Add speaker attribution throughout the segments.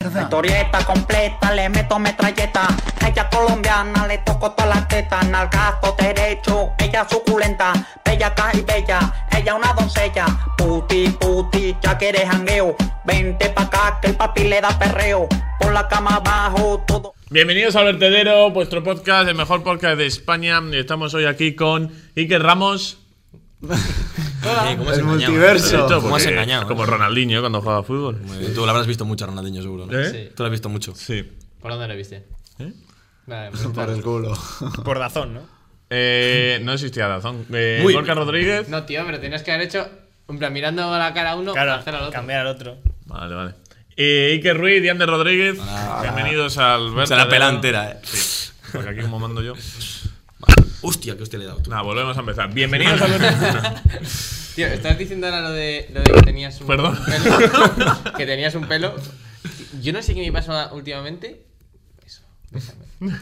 Speaker 1: verdad.
Speaker 2: Historieta completa, le meto metralleta. Ella colombiana, le toco todas las tetas. Nalgazo derecho, ella suculenta. Bella y bella, ella una doncella. Puti, puti, ya que eres jangueo. Vente pa' acá que el papi le da perreo. Por la cama abajo, todo.
Speaker 3: Bienvenidos al vertedero, vuestro podcast, el mejor podcast de España. Estamos hoy aquí con Iker Ramos.
Speaker 4: Ah.
Speaker 5: Eh, ¿cómo has
Speaker 1: El
Speaker 5: engañado?
Speaker 1: multiverso.
Speaker 3: Esto,
Speaker 5: ¿Cómo has
Speaker 3: porque
Speaker 5: engañado? eh?
Speaker 3: Como Ronaldinho cuando jugaba fútbol.
Speaker 5: Muy bien. Tú lo habrás visto mucho, Ronaldinho, seguro. ¿no?
Speaker 3: ¿Eh?
Speaker 6: Sí.
Speaker 5: Tú lo has visto mucho.
Speaker 3: Sí.
Speaker 6: ¿Por dónde lo viste?
Speaker 3: ¿Eh?
Speaker 6: Vale, pues,
Speaker 1: Por el culo.
Speaker 4: Por razón, ¿no?
Speaker 3: Eh, no existía Dazón. Eh,
Speaker 5: Muy
Speaker 3: Gorka
Speaker 5: bien.
Speaker 3: Rodríguez.
Speaker 6: No, tío, pero tenías que haber hecho. En plan, mirando a la cara a uno,
Speaker 4: Claro,
Speaker 6: hacer al otro.
Speaker 4: cambiar al otro.
Speaker 3: Vale, vale. Eh, Iker Ruiz, Diane Rodríguez. Bienvenidos al
Speaker 5: Se
Speaker 3: vertedero.
Speaker 5: la pela entera, eh.
Speaker 3: Porque aquí como mando yo.
Speaker 5: Hostia, que hostia le he dado tú.
Speaker 3: Nada, volvemos a empezar. Bienvenidos al vertedero.
Speaker 6: Tío, estás diciendo ahora lo de, lo de que tenías un
Speaker 3: Perdón.
Speaker 6: pelo. que tenías un pelo. Yo no sé qué me pasa últimamente. Eso. déjame.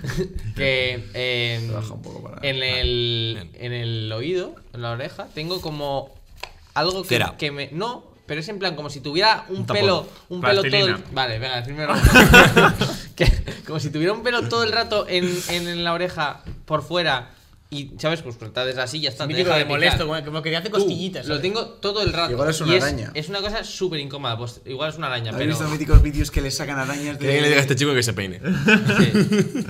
Speaker 6: que eh,
Speaker 5: Baja un poco para-
Speaker 6: en,
Speaker 5: Vale,
Speaker 6: el,
Speaker 5: bien.
Speaker 6: en el oído, en la oreja, tengo como algo que,
Speaker 5: Cera.
Speaker 6: que me. No, pero es en plan como si tuviera un,
Speaker 5: Un tapón.
Speaker 6: pelo. Un pelo todo el,
Speaker 3: Plastilina.
Speaker 6: Vale, venga, primero. que, como si tuviera un pelo todo el rato en, en, la oreja por fuera. Y, ¿sabes? Pues cortades así y ya está. te
Speaker 4: Típico
Speaker 6: deja
Speaker 4: de
Speaker 6: picar.
Speaker 4: molesto, como- como que te hace
Speaker 6: Tú,
Speaker 4: costillitas.
Speaker 6: Lo
Speaker 4: ¿sabes?
Speaker 6: tengo todo el rato.
Speaker 1: Igual es una
Speaker 6: Y
Speaker 1: araña.
Speaker 6: Es una cosa súper incómoda. Pues igual es una araña,
Speaker 1: ¿Habéis
Speaker 6: pero.
Speaker 1: visto míticos vídeos que le sacan arañas
Speaker 5: Que alguien le diga a
Speaker 1: de.
Speaker 5: este chico que se peine.
Speaker 6: Sí.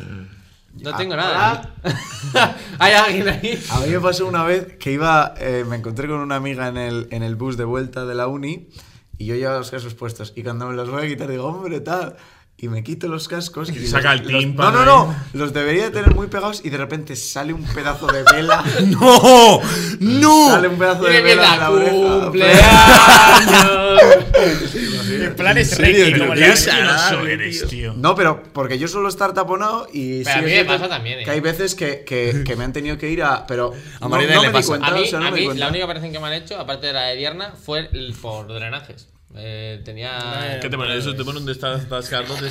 Speaker 6: No
Speaker 1: Ah,
Speaker 6: tengo nada. Hay alguien ahí.
Speaker 1: A mí me pasó una vez que iba. eh, me encontré con una amiga en el, en el bus de vuelta de la uni y yo llevaba los cascos puestos. Y cuando me los voy a quitar, digo, hombre, tal. Y me quito los cascos. Y,
Speaker 3: saca
Speaker 1: los-
Speaker 3: el
Speaker 1: los-
Speaker 3: tímpano
Speaker 1: No,
Speaker 3: ahí.
Speaker 1: no, no. Los debería tener muy pegados y de repente sale un pedazo de vela.
Speaker 5: ¡No!
Speaker 1: sale
Speaker 5: ¡No!
Speaker 1: un pedazo de
Speaker 6: Tiene
Speaker 1: vela en
Speaker 6: mierda.
Speaker 1: la oreja.
Speaker 6: ¡Cumpleaños!
Speaker 4: En plan es
Speaker 5: serio,
Speaker 4: Reiki,
Speaker 5: tío?
Speaker 4: como
Speaker 5: ¿Qué
Speaker 4: la-
Speaker 5: es
Speaker 3: asqueroso
Speaker 5: Ay,
Speaker 3: eres, tío.
Speaker 1: No, pero porque yo suelo estar taponado y
Speaker 6: Pero a
Speaker 1: sí es
Speaker 6: mí me
Speaker 1: cierto
Speaker 6: pasa también, ¿eh?
Speaker 1: Que hay veces que, que, que me han tenido que ir a. Pero no,
Speaker 5: Marina
Speaker 1: no
Speaker 5: le
Speaker 1: me di
Speaker 5: pasa.
Speaker 1: cuenta,
Speaker 6: A mí,
Speaker 1: o sea, no
Speaker 6: a
Speaker 1: me
Speaker 6: mí
Speaker 1: di cuenta.
Speaker 6: la única operación que me han hecho, aparte de la de Diarna, fue el, por drenajes. Eh,
Speaker 4: Ah,
Speaker 6: tenía.
Speaker 3: ¿Qué te ponen? Eso te ponen un destascador.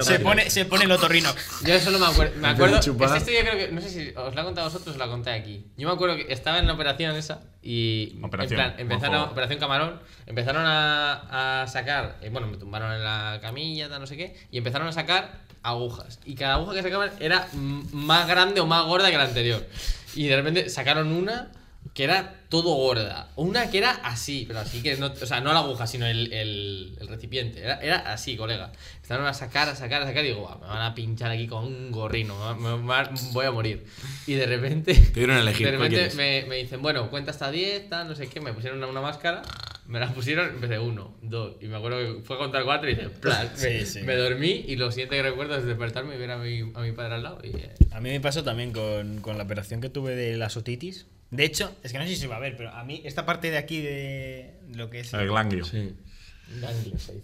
Speaker 4: Se pone, se pone el otorrino.
Speaker 6: Yo solo me acuerdo. Me acuerdo
Speaker 1: de chupar.
Speaker 6: esta historia creo que. No sé si os la he contado a vosotros o la conté aquí. Yo me acuerdo que estaba en la operación esa y.
Speaker 3: Operación,
Speaker 6: en plan, empezaron.
Speaker 3: ojo.
Speaker 6: Operación Camarón. Empezaron a, a sacar. eh, bueno, me tumbaron en la camilla, tal, no sé qué. Y empezaron a sacar agujas. Y cada aguja que sacaban era m- más grande o más gorda que la anterior. Y de repente sacaron una. Que era todo gorda. Una que era así, pero así que no. O sea, no la aguja, sino el, el- el recipiente. Era, era así, colega. Empezaron a sacar, a sacar, a sacar. Y digo, "Buah, me van a pinchar aquí con un gorrino. me va- me va- voy a morir. Y de repente.
Speaker 5: Te dieron a elegir,
Speaker 6: De
Speaker 5: ¿cuál
Speaker 6: repente
Speaker 5: quieres?
Speaker 6: me, me dicen, bueno, cuenta hasta 10, tal, no sé qué. Me pusieron una, una máscara. Me la pusieron, empecé uno, dos. Y me acuerdo que fue a contar cuatro y dije, plan.
Speaker 4: Sí, sí.
Speaker 6: Me dormí y lo siguiente que recuerdo es despertarme y ver a mi, a mi padre al lado. Y, eh,
Speaker 4: A mí me pasó también con, con la operación que tuve de la otitis. De hecho, es que no sé si se va a ver, pero a mí esta parte de aquí de lo que es...
Speaker 3: El glanguio.
Speaker 5: Sí.
Speaker 6: ganglio, se dice.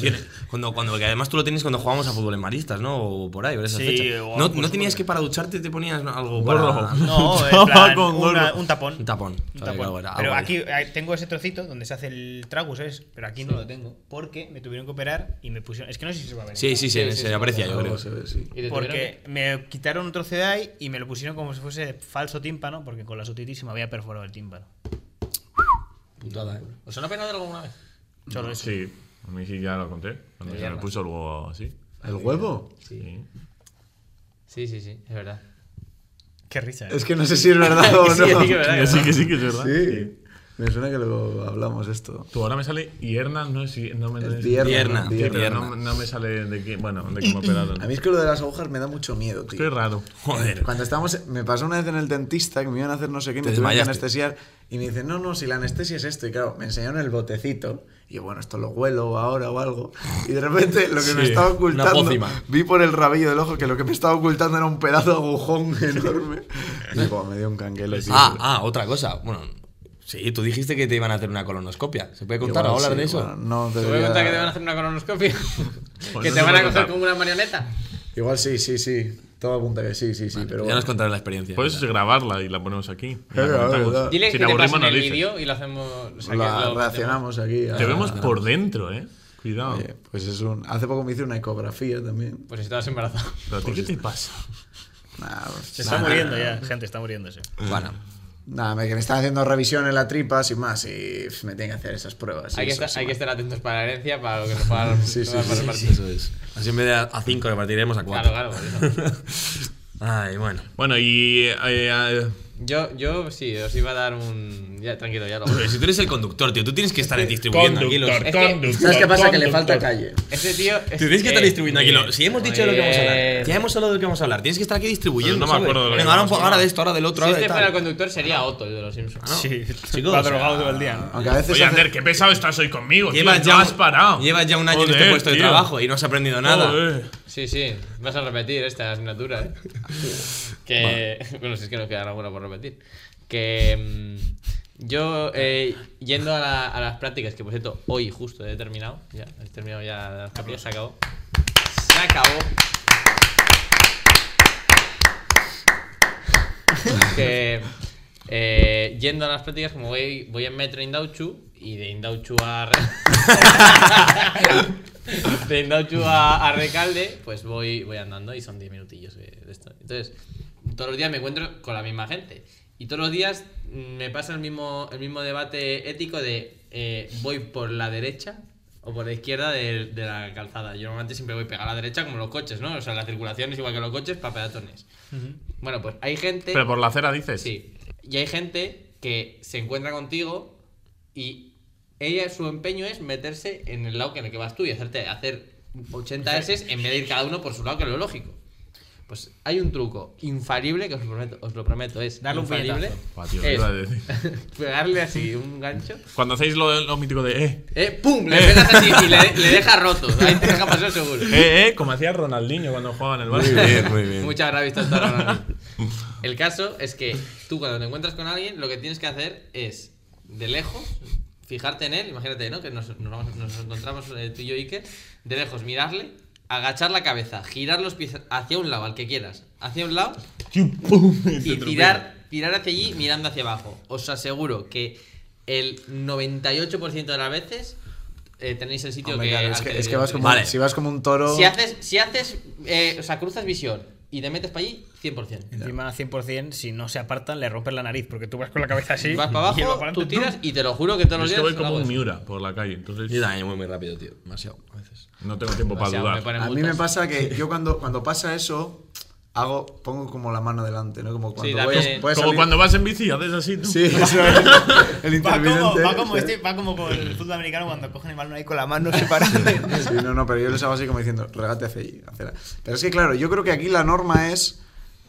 Speaker 5: Tiene- Cuando, cuando, que además tú lo tienes cuando jugábamos a fútbol en maristas, ¿no? O por ahí, por esas
Speaker 4: Sí,
Speaker 5: fechas.
Speaker 4: o
Speaker 5: No,
Speaker 4: por
Speaker 5: no tenías
Speaker 4: supuesto.
Speaker 5: que para ducharte te ponías algo
Speaker 3: Gorro.
Speaker 5: para...
Speaker 4: Ah, No, en
Speaker 3: Estaba
Speaker 4: plan,
Speaker 3: con
Speaker 4: una-
Speaker 3: gorro.
Speaker 4: un tapón.
Speaker 5: Un tapón.
Speaker 4: Un
Speaker 5: Sabía que
Speaker 4: tapón.
Speaker 5: algo era-
Speaker 4: Pero
Speaker 5: algo
Speaker 4: aquí
Speaker 5: era.
Speaker 4: eh, tengo ese trocito donde se hace el tragus, ¿sabes? Pero aquí no lo tengo. Porque me tuvieron que operar y me pusieron. Es que no sé si se va a ver.
Speaker 5: Sí, sí,
Speaker 6: Sí,
Speaker 5: sí,
Speaker 6: sí, sí.
Speaker 5: se aprecia, yo creo.
Speaker 1: Se ve, sí.
Speaker 6: Y te
Speaker 4: Porque me quitaron un trozo de ahí y me lo pusieron como si fuese falso tímpano, porque con la otitis se me había perforado el tímpano.
Speaker 1: ¿eh?
Speaker 6: Putada, ¿Os han operado alguna vez?
Speaker 4: Solo eso.
Speaker 3: Sí. A mí sí ya lo conté. Cuando se me
Speaker 6: Mierda.
Speaker 3: puso luego así.
Speaker 1: ¿El huevo?
Speaker 3: Sí.
Speaker 6: Sí, sí, sí, es verdad.
Speaker 4: Qué risa. ¿eh?
Speaker 1: Es que no sé si es verdad o no.
Speaker 6: Sí, sí que es verdad.
Speaker 3: Que sí, que sí, que es verdad.
Speaker 1: Sí. Me suena que lo hablamos esto.
Speaker 3: Tú ahora me sale Hiernas, no es no me
Speaker 1: Es
Speaker 3: sí,
Speaker 1: tierna.
Speaker 5: Tierna,
Speaker 1: tierna.
Speaker 3: pero no, no me sale de qué, bueno, de qué me operaron.
Speaker 1: A mí es que lo de las agujas me da mucho miedo, tío.
Speaker 3: Estoy raro.
Speaker 5: Joder.
Speaker 1: Cuando estábamos, me pasó una vez en el dentista que me iban a hacer no sé qué, me
Speaker 5: Te
Speaker 1: tuvieron que
Speaker 5: desmayaste.
Speaker 1: anestesiar y me dicen, no, no, si la anestesia es esto. Y claro, me enseñaron el botecito y yo, bueno, esto lo huelo ahora o algo. Y de repente lo que me
Speaker 5: Sí,
Speaker 1: estaba
Speaker 5: una
Speaker 1: ocultando,
Speaker 5: pócima.
Speaker 1: vi por el rabillo del ojo que lo que me estaba ocultando era un pedazo de agujón enorme. Y digo, me dio un canguelo, tío.
Speaker 5: Ah, ah, otra cosa. Bueno, sí, tú dijiste que te iban a hacer una colonoscopia. ¿Se puede contar o
Speaker 1: Igual
Speaker 5: hablar
Speaker 1: sí,
Speaker 5: de eso?
Speaker 1: bueno, no
Speaker 6: ¿Te voy a
Speaker 1: debería-
Speaker 6: contar que te van a hacer una colonoscopia?
Speaker 3: Pues
Speaker 6: ¿Que
Speaker 3: no
Speaker 6: te
Speaker 3: se
Speaker 6: van
Speaker 3: puede
Speaker 6: a coger
Speaker 3: contar.
Speaker 6: como una marioneta?
Speaker 1: Igual sí, sí, sí. Todo apunta que sí, sí, sí. pero
Speaker 5: ya
Speaker 1: bueno.
Speaker 5: nos contarás la experiencia.
Speaker 3: Puedes grabarla y la ponemos aquí. y la
Speaker 1: Claro,
Speaker 3: comentamos.
Speaker 1: verdad.
Speaker 6: Dile
Speaker 3: Si te
Speaker 6: que te
Speaker 3: aburrimos,
Speaker 6: pasen
Speaker 3: nos
Speaker 6: el
Speaker 3: dices.
Speaker 6: vídeo y lo hacemos. o sea, que
Speaker 1: la
Speaker 6: lo-
Speaker 1: reaccionamos aquí. a-
Speaker 3: Te vemos por dentro, eh. Cuidado.
Speaker 1: Oye, pues es un. Hace poco me hice una ecografía también.
Speaker 6: Pues estabas embarazado.
Speaker 3: ¿Pero a ti qué te pasa?
Speaker 1: Nah, pues-
Speaker 4: Se está muriendo ya, gente, está muriéndose.
Speaker 5: Bueno,
Speaker 1: Nada, me- que me están haciendo revisión en la tripa, sin más, y pff, me tienen que hacer esas pruebas. y
Speaker 6: hay, que
Speaker 1: eso,
Speaker 6: estar,
Speaker 1: sin
Speaker 6: hay que
Speaker 1: más.
Speaker 6: estar atentos para la herencia, para lo que nos puedan
Speaker 1: Sí, sí,
Speaker 6: para
Speaker 1: sí,
Speaker 6: repartir.
Speaker 5: Eso es. Así en vez de a- a cinco repartiremos a
Speaker 6: Claro,
Speaker 5: cuatro.
Speaker 6: claro, por eso.
Speaker 5: Ay, bueno.
Speaker 3: Bueno, y. eh, eh,
Speaker 6: Yo, yo sí, os iba a dar un. Ya, tranquilo, ya lo
Speaker 5: Pero si tú eres el conductor, tío, tú tienes que estar distribuyendo aquí los.
Speaker 3: conductor,
Speaker 6: Es que-
Speaker 3: conductor.
Speaker 1: ¿Sabes qué pasa? Que le
Speaker 3: conductor.
Speaker 1: falta calle.
Speaker 6: Este tío. Es,
Speaker 5: Tú tienes que estar
Speaker 6: eh,
Speaker 5: distribuyendo aquí
Speaker 6: muy
Speaker 5: lo-
Speaker 6: bien, este
Speaker 5: Si hemos
Speaker 6: muy
Speaker 5: dicho de lo que vamos a hablar.
Speaker 6: bien.
Speaker 5: Ya hemos hablado de lo que vamos a hablar. Tienes que estar aquí distribuyendo.
Speaker 3: No me acuerdo de lo
Speaker 5: ¿sabes?
Speaker 3: que
Speaker 5: Venga, ahora, un
Speaker 3: vamos a
Speaker 5: po- ahora de
Speaker 3: hablar.
Speaker 5: esto, ahora del otro.
Speaker 6: Si
Speaker 5: ahora de
Speaker 6: este fuera el
Speaker 5: tal. Ah,
Speaker 6: conductor sería Otto, el de los Simpsons.
Speaker 4: Sí,
Speaker 5: Chicos,
Speaker 4: va
Speaker 5: o sea,
Speaker 4: drogado todo el día. ¿no?
Speaker 1: Aunque a veces.
Speaker 3: Oye,
Speaker 1: hace-
Speaker 3: Ander, qué pesado estás hoy conmigo. tío,
Speaker 5: Llevas
Speaker 3: no
Speaker 5: ya,
Speaker 3: has parado.
Speaker 5: llevas ya un año en este
Speaker 3: Joder,
Speaker 5: puesto de
Speaker 3: tío.
Speaker 5: trabajo y no has aprendido nada.
Speaker 3: Joder.
Speaker 6: Sí, sí, vas a repetir esta asignatura, ¿eh? que. Bueno, si es que nos queda alguna por repetir. Que. mm, Yo, eh, yendo a, la- a las prácticas, que por cierto, hoy justo he terminado, ya, he terminado ya las capillas, se acabó. Se acabó. que. eh, yendo a las prácticas, como voy, voy en metro a Indauchu y de Indauchu a. de Indauchu a, a Recalde, pues voy, voy andando y son 10 minutillos eh, de de esto. Entonces, todos los días me encuentro con la misma gente. Y todos los días mm, me pasa el mismo, el mismo debate ético de eh, voy por la derecha o por la izquierda de, de la calzada. Yo normalmente siempre voy pegada a la derecha como los coches, ¿no? O sea, la circulación es igual que los coches para peatones. Bueno, pues hay gente...
Speaker 3: Pero por la acera dices.
Speaker 6: Sí. Y hay gente que se encuentra contigo y ella su empeño es meterse en el lado que en el que vas tú y hacerte hacer 80 S en vez de ir cada uno por su lado, que es lo lógico. Pues hay un truco infalible que os lo prometo, os lo prometo es
Speaker 4: Darle un
Speaker 6: infalible.
Speaker 3: Buah, tío,
Speaker 6: es
Speaker 3: iba a decir.
Speaker 6: pegarle así un gancho.
Speaker 3: Cuando hacéis lo, lo mítico de eh,
Speaker 6: Eh, ¡Pum! Le pegas así y le, le dejas roto. Ahí te deja pasar seguro.
Speaker 3: eh, eh, como hacía Ronaldinho cuando jugaba en el Barça.
Speaker 5: bien, muy bien.
Speaker 6: Muchas gracias, doctor Ronaldinho. El caso es que tú cuando te encuentras con alguien, lo que tienes que hacer es, de lejos, fijarte en él, imagínate, ¿no? Que nos, nos vamos- nos encontramos eh, tú y yo, Iker, de lejos, mirarle, agachar la cabeza, girar los pies hacia un lado, al que quieras, hacia un lado, y tirar, tirar hacia allí mirando hacia abajo. Os aseguro que el 98% de las veces eh, tenéis el sitio
Speaker 1: Hombre,
Speaker 6: que,
Speaker 1: claro, es
Speaker 6: al
Speaker 1: que,
Speaker 6: que-
Speaker 1: es que vas como,
Speaker 5: Vale.
Speaker 1: si vas como un toro.
Speaker 6: Si haces, si haces eh, o sea, cruzas visión y te metes para allí, 100%.
Speaker 4: Encima, 100%, si no se apartan, le rompen la nariz, porque tú vas con la cabeza así.
Speaker 6: Vas para
Speaker 4: y él va
Speaker 6: abajo,
Speaker 4: para
Speaker 6: tú
Speaker 4: adelante,
Speaker 6: tiras y te lo juro que todos
Speaker 3: Yo
Speaker 6: los
Speaker 3: es
Speaker 6: días.
Speaker 3: que voy
Speaker 6: hago
Speaker 3: como un
Speaker 6: eso.
Speaker 3: Miura por la calle, entonces
Speaker 5: Yo también eh, voy muy rápido, tío. Demasiado, a veces.
Speaker 3: no tengo tiempo
Speaker 6: O sea,
Speaker 3: para
Speaker 6: me
Speaker 3: dudar.
Speaker 6: ponen
Speaker 1: A mí me
Speaker 6: multas.
Speaker 1: pasa que yo cuando, cuando pasa eso, hago, pongo como la mano delante, ¿no? Como cuando voy,
Speaker 6: también.
Speaker 1: a- voy a
Speaker 3: Como
Speaker 1: salir-
Speaker 3: cuando vas en bici, haces así tú.
Speaker 1: Sí, eso es. El
Speaker 4: Va como,
Speaker 1: intermitente.
Speaker 4: va como este, va como con el fútbol americano cuando cogen el balón ahí con la mano separada.
Speaker 1: Sí, no, no, pero yo les hago así como diciendo, regate hacia allí. hacia la-". Pero es que, claro, yo creo que aquí la norma es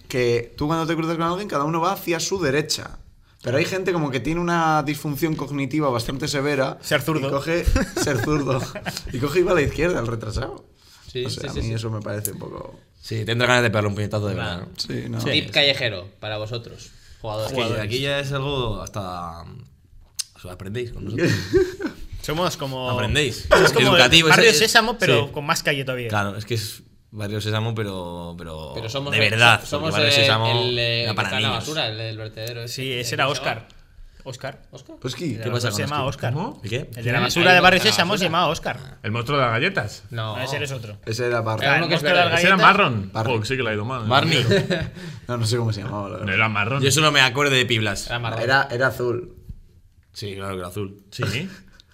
Speaker 1: que tú cuando te cruzas con alguien, cada uno va hacia su derecha. Pero hay gente como que tiene una disfunción cognitiva bastante severa.
Speaker 4: Ser zurdo.
Speaker 1: Y coge, ser zurdo. Y coge y va a la izquierda, el retrasado.
Speaker 6: Sí,
Speaker 1: No sé,
Speaker 6: sí,
Speaker 1: a
Speaker 6: sí,
Speaker 1: mí
Speaker 6: sí.
Speaker 1: eso me parece un poco.
Speaker 5: Sí, tendré ganas de pegarle un puñetazo de
Speaker 6: Claro.
Speaker 5: verdad. ¿no?
Speaker 1: Sí, no.
Speaker 6: Tip callejero para vosotros, jugadores.
Speaker 5: Es que aquí ya es algo hasta. Os lo aprendéis con nosotros.
Speaker 4: Somos como.
Speaker 5: Aprendéis.
Speaker 4: Es como
Speaker 5: Educativo,
Speaker 4: el barrio
Speaker 5: es- es-
Speaker 4: Sésamo, pero
Speaker 5: sí.
Speaker 4: con más calle todavía.
Speaker 5: Claro, es que es Barrio Sésamo, pero. Pero,
Speaker 6: Pero somos
Speaker 5: de verdad.
Speaker 6: Somos
Speaker 5: porque Barrio
Speaker 6: el,
Speaker 5: Sésamo
Speaker 6: el, eh,
Speaker 5: era
Speaker 6: que
Speaker 5: para
Speaker 6: está en la
Speaker 5: niños.
Speaker 6: basura, el del vertedero. ese.
Speaker 4: Sí, ese
Speaker 6: ¿El
Speaker 4: era
Speaker 6: que se llama?
Speaker 4: Oscar. Oscar.
Speaker 6: Oscar.
Speaker 1: Oski,
Speaker 5: ¿Qué pasa
Speaker 4: Se
Speaker 5: con
Speaker 4: llama
Speaker 5: Oscar?
Speaker 4: Oscar.
Speaker 3: ¿Cómo?
Speaker 5: ¿El qué?
Speaker 4: El de la
Speaker 6: Sí,
Speaker 4: basura
Speaker 6: ahí
Speaker 4: de
Speaker 6: va,
Speaker 4: Barrio
Speaker 6: en la
Speaker 4: Sésamo se
Speaker 6: basura.
Speaker 4: llama Oscar.
Speaker 3: El monstruo de las galletas.
Speaker 6: No,
Speaker 4: No, ese eres otro.
Speaker 1: ese era
Speaker 6: Era
Speaker 1: Barra.
Speaker 6: uno que es
Speaker 4: monstruo de
Speaker 6: verde.
Speaker 4: las
Speaker 3: Ese era
Speaker 4: galletas.
Speaker 3: marrón.
Speaker 1: Barney.
Speaker 3: Pues sí que le ha ido mal.
Speaker 5: Barney.
Speaker 1: No, no sé cómo se llamaba, la
Speaker 3: No
Speaker 1: verdad.
Speaker 3: era marrón.
Speaker 5: Yo solo me acuerdo de Piblas.
Speaker 6: Era marrón.
Speaker 1: Era, era azul.
Speaker 5: Sí, claro que era azul.
Speaker 3: Sí.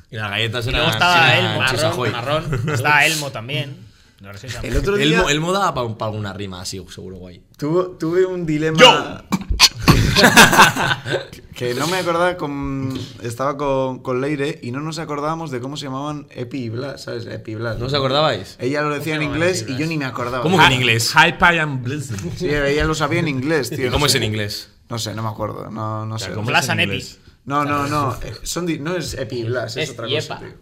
Speaker 5: Y las galletas eran.
Speaker 4: luego estaba
Speaker 5: eran
Speaker 4: Elmo.
Speaker 5: Chips Ahoy.
Speaker 6: marrón, marrón.
Speaker 4: Está Elmo también. No sé si se
Speaker 1: El
Speaker 4: llama.
Speaker 1: otro día
Speaker 5: Elmo, Elmo daba para alguna rima así, seguro guay.
Speaker 1: tuvo- tuve un dilema.
Speaker 3: Yo.
Speaker 1: Que no me acordaba con. Estaba con, con Leire y no nos acordábamos de cómo se llamaban Epi y Blas, ¿sabes? Epi y Blas.
Speaker 5: ¿No os acordabais?
Speaker 1: Ella lo decía en inglés y yo ni me acordaba. Ah,
Speaker 5: ¿Cómo que en inglés?
Speaker 3: High pie and blizzard.
Speaker 1: Sí, ella lo sabía en inglés, tío.
Speaker 5: ¿Y
Speaker 1: no
Speaker 5: cómo es
Speaker 1: sé.
Speaker 5: en inglés?
Speaker 1: No sé, no me acuerdo. No, no sé.
Speaker 3: ¿Cómo
Speaker 4: Blas
Speaker 3: es en
Speaker 4: and Epi.
Speaker 3: inglés?
Speaker 1: No, no, no. eh, Son di- no es Epi y Blas, es,
Speaker 6: Es
Speaker 1: otra
Speaker 6: Yepa.
Speaker 1: cosa, tío.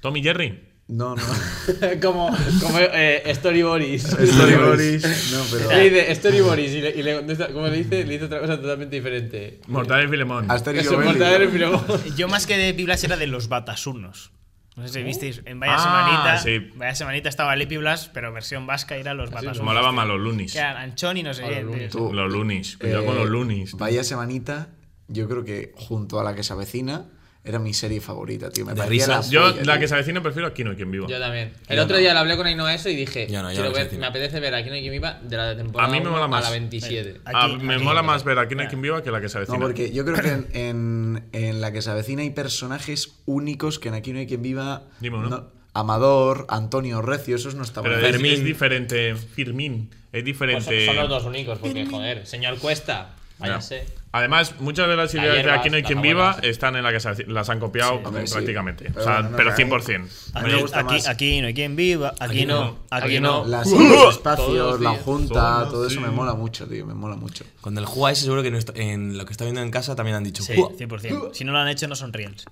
Speaker 3: Tommy Jerry.
Speaker 1: No, no.
Speaker 6: como como eh, Storyboris.
Speaker 1: Story Boris. No,
Speaker 6: Le
Speaker 1: pero.
Speaker 6: dice Storyboris y le, y le contesta, ¿cómo le dice? Le dice otra cosa totalmente diferente.
Speaker 3: Mortal y Filemón.
Speaker 5: Ah,
Speaker 1: Asterix
Speaker 6: Es
Speaker 1: y
Speaker 6: un
Speaker 1: Obelix.
Speaker 6: mortadero y filemón.
Speaker 4: Yo más que de Piblas era de los Batasurnos. No sé si visteis, en Vaya
Speaker 3: Ah,
Speaker 4: Semanita.
Speaker 3: sí.
Speaker 4: Vaya Semanita estaba el Piblas, pero versión vasca y era los Batasurnos.
Speaker 3: Molaba más los lunis.
Speaker 4: Que eran Anchón y no sé
Speaker 6: Ah, los
Speaker 4: qué.
Speaker 6: Lunis.
Speaker 1: Tú,
Speaker 3: Los lunis. Cuidado con
Speaker 1: eh,
Speaker 3: los lunis.
Speaker 1: Vaya semanita, yo creo que junto a la que se avecina era mi serie favorita, tío. Me
Speaker 5: ¿De
Speaker 1: parecía la
Speaker 5: risas?
Speaker 3: Yo,
Speaker 1: polla,
Speaker 3: la
Speaker 1: tío.
Speaker 3: que se avecina, prefiero aquí no hay quien viva.
Speaker 6: Yo también. El
Speaker 5: Yo
Speaker 6: otro
Speaker 5: no.
Speaker 6: día le hablé con Aino eso y dije,
Speaker 5: Yo no, yo
Speaker 6: quiero
Speaker 5: no,
Speaker 6: ver-
Speaker 5: sí, sí.
Speaker 6: me apetece ver aquí no hay quien viva de la temporada
Speaker 3: A mí me
Speaker 6: uno
Speaker 3: mola
Speaker 6: a
Speaker 3: más.
Speaker 6: la 27.
Speaker 4: Aquí-
Speaker 3: Ah, me
Speaker 4: aquí-
Speaker 3: mola más ver aquí no hay quien viva que la que se avecina.
Speaker 1: No, porque yo creo que en, en- en La que se avecina hay personajes únicos que en Aquí no hay quien viva.
Speaker 3: Dime uno.
Speaker 1: No- Amador, Antonio Recio, esos no estaban.
Speaker 3: Pero es,
Speaker 1: ahí.
Speaker 5: Fermín.
Speaker 3: es diferente. Firmín. Es
Speaker 6: Pues son,
Speaker 3: diferente.
Speaker 6: son los dos únicos, porque joder, señor Cuesta, váyase.
Speaker 3: Además, muchas de las
Speaker 6: La
Speaker 3: ideas de
Speaker 6: hierba,
Speaker 3: Aquí no hay
Speaker 6: la
Speaker 3: quien viva
Speaker 6: abuela.
Speaker 3: están en la que se avecina. las han copiado
Speaker 1: Hombre, sí.
Speaker 3: prácticamente.
Speaker 1: Pero
Speaker 3: o sea,
Speaker 1: bueno, no
Speaker 3: pero
Speaker 1: me-
Speaker 3: 100%.
Speaker 1: a mí
Speaker 4: Aquí,
Speaker 1: me gusta
Speaker 4: aquí-
Speaker 1: más.
Speaker 4: aquí no hay quien viva, aquí,
Speaker 6: Aquí
Speaker 4: no,
Speaker 6: no,
Speaker 4: aquí,
Speaker 6: aquí
Speaker 4: no.
Speaker 6: no.
Speaker 1: Las los
Speaker 6: Todos
Speaker 1: espacios,
Speaker 6: los
Speaker 1: la
Speaker 6: días.
Speaker 1: junta,
Speaker 3: Todos,
Speaker 1: todo eso
Speaker 3: sí.
Speaker 1: me mola mucho, tío. Me mola mucho.
Speaker 5: Cuando el juega ese seguro que en, nuestra- en lo que está viendo en casa también han dicho
Speaker 4: Sí,
Speaker 5: "Jua".
Speaker 4: 100%. Si no lo han hecho, no son reels.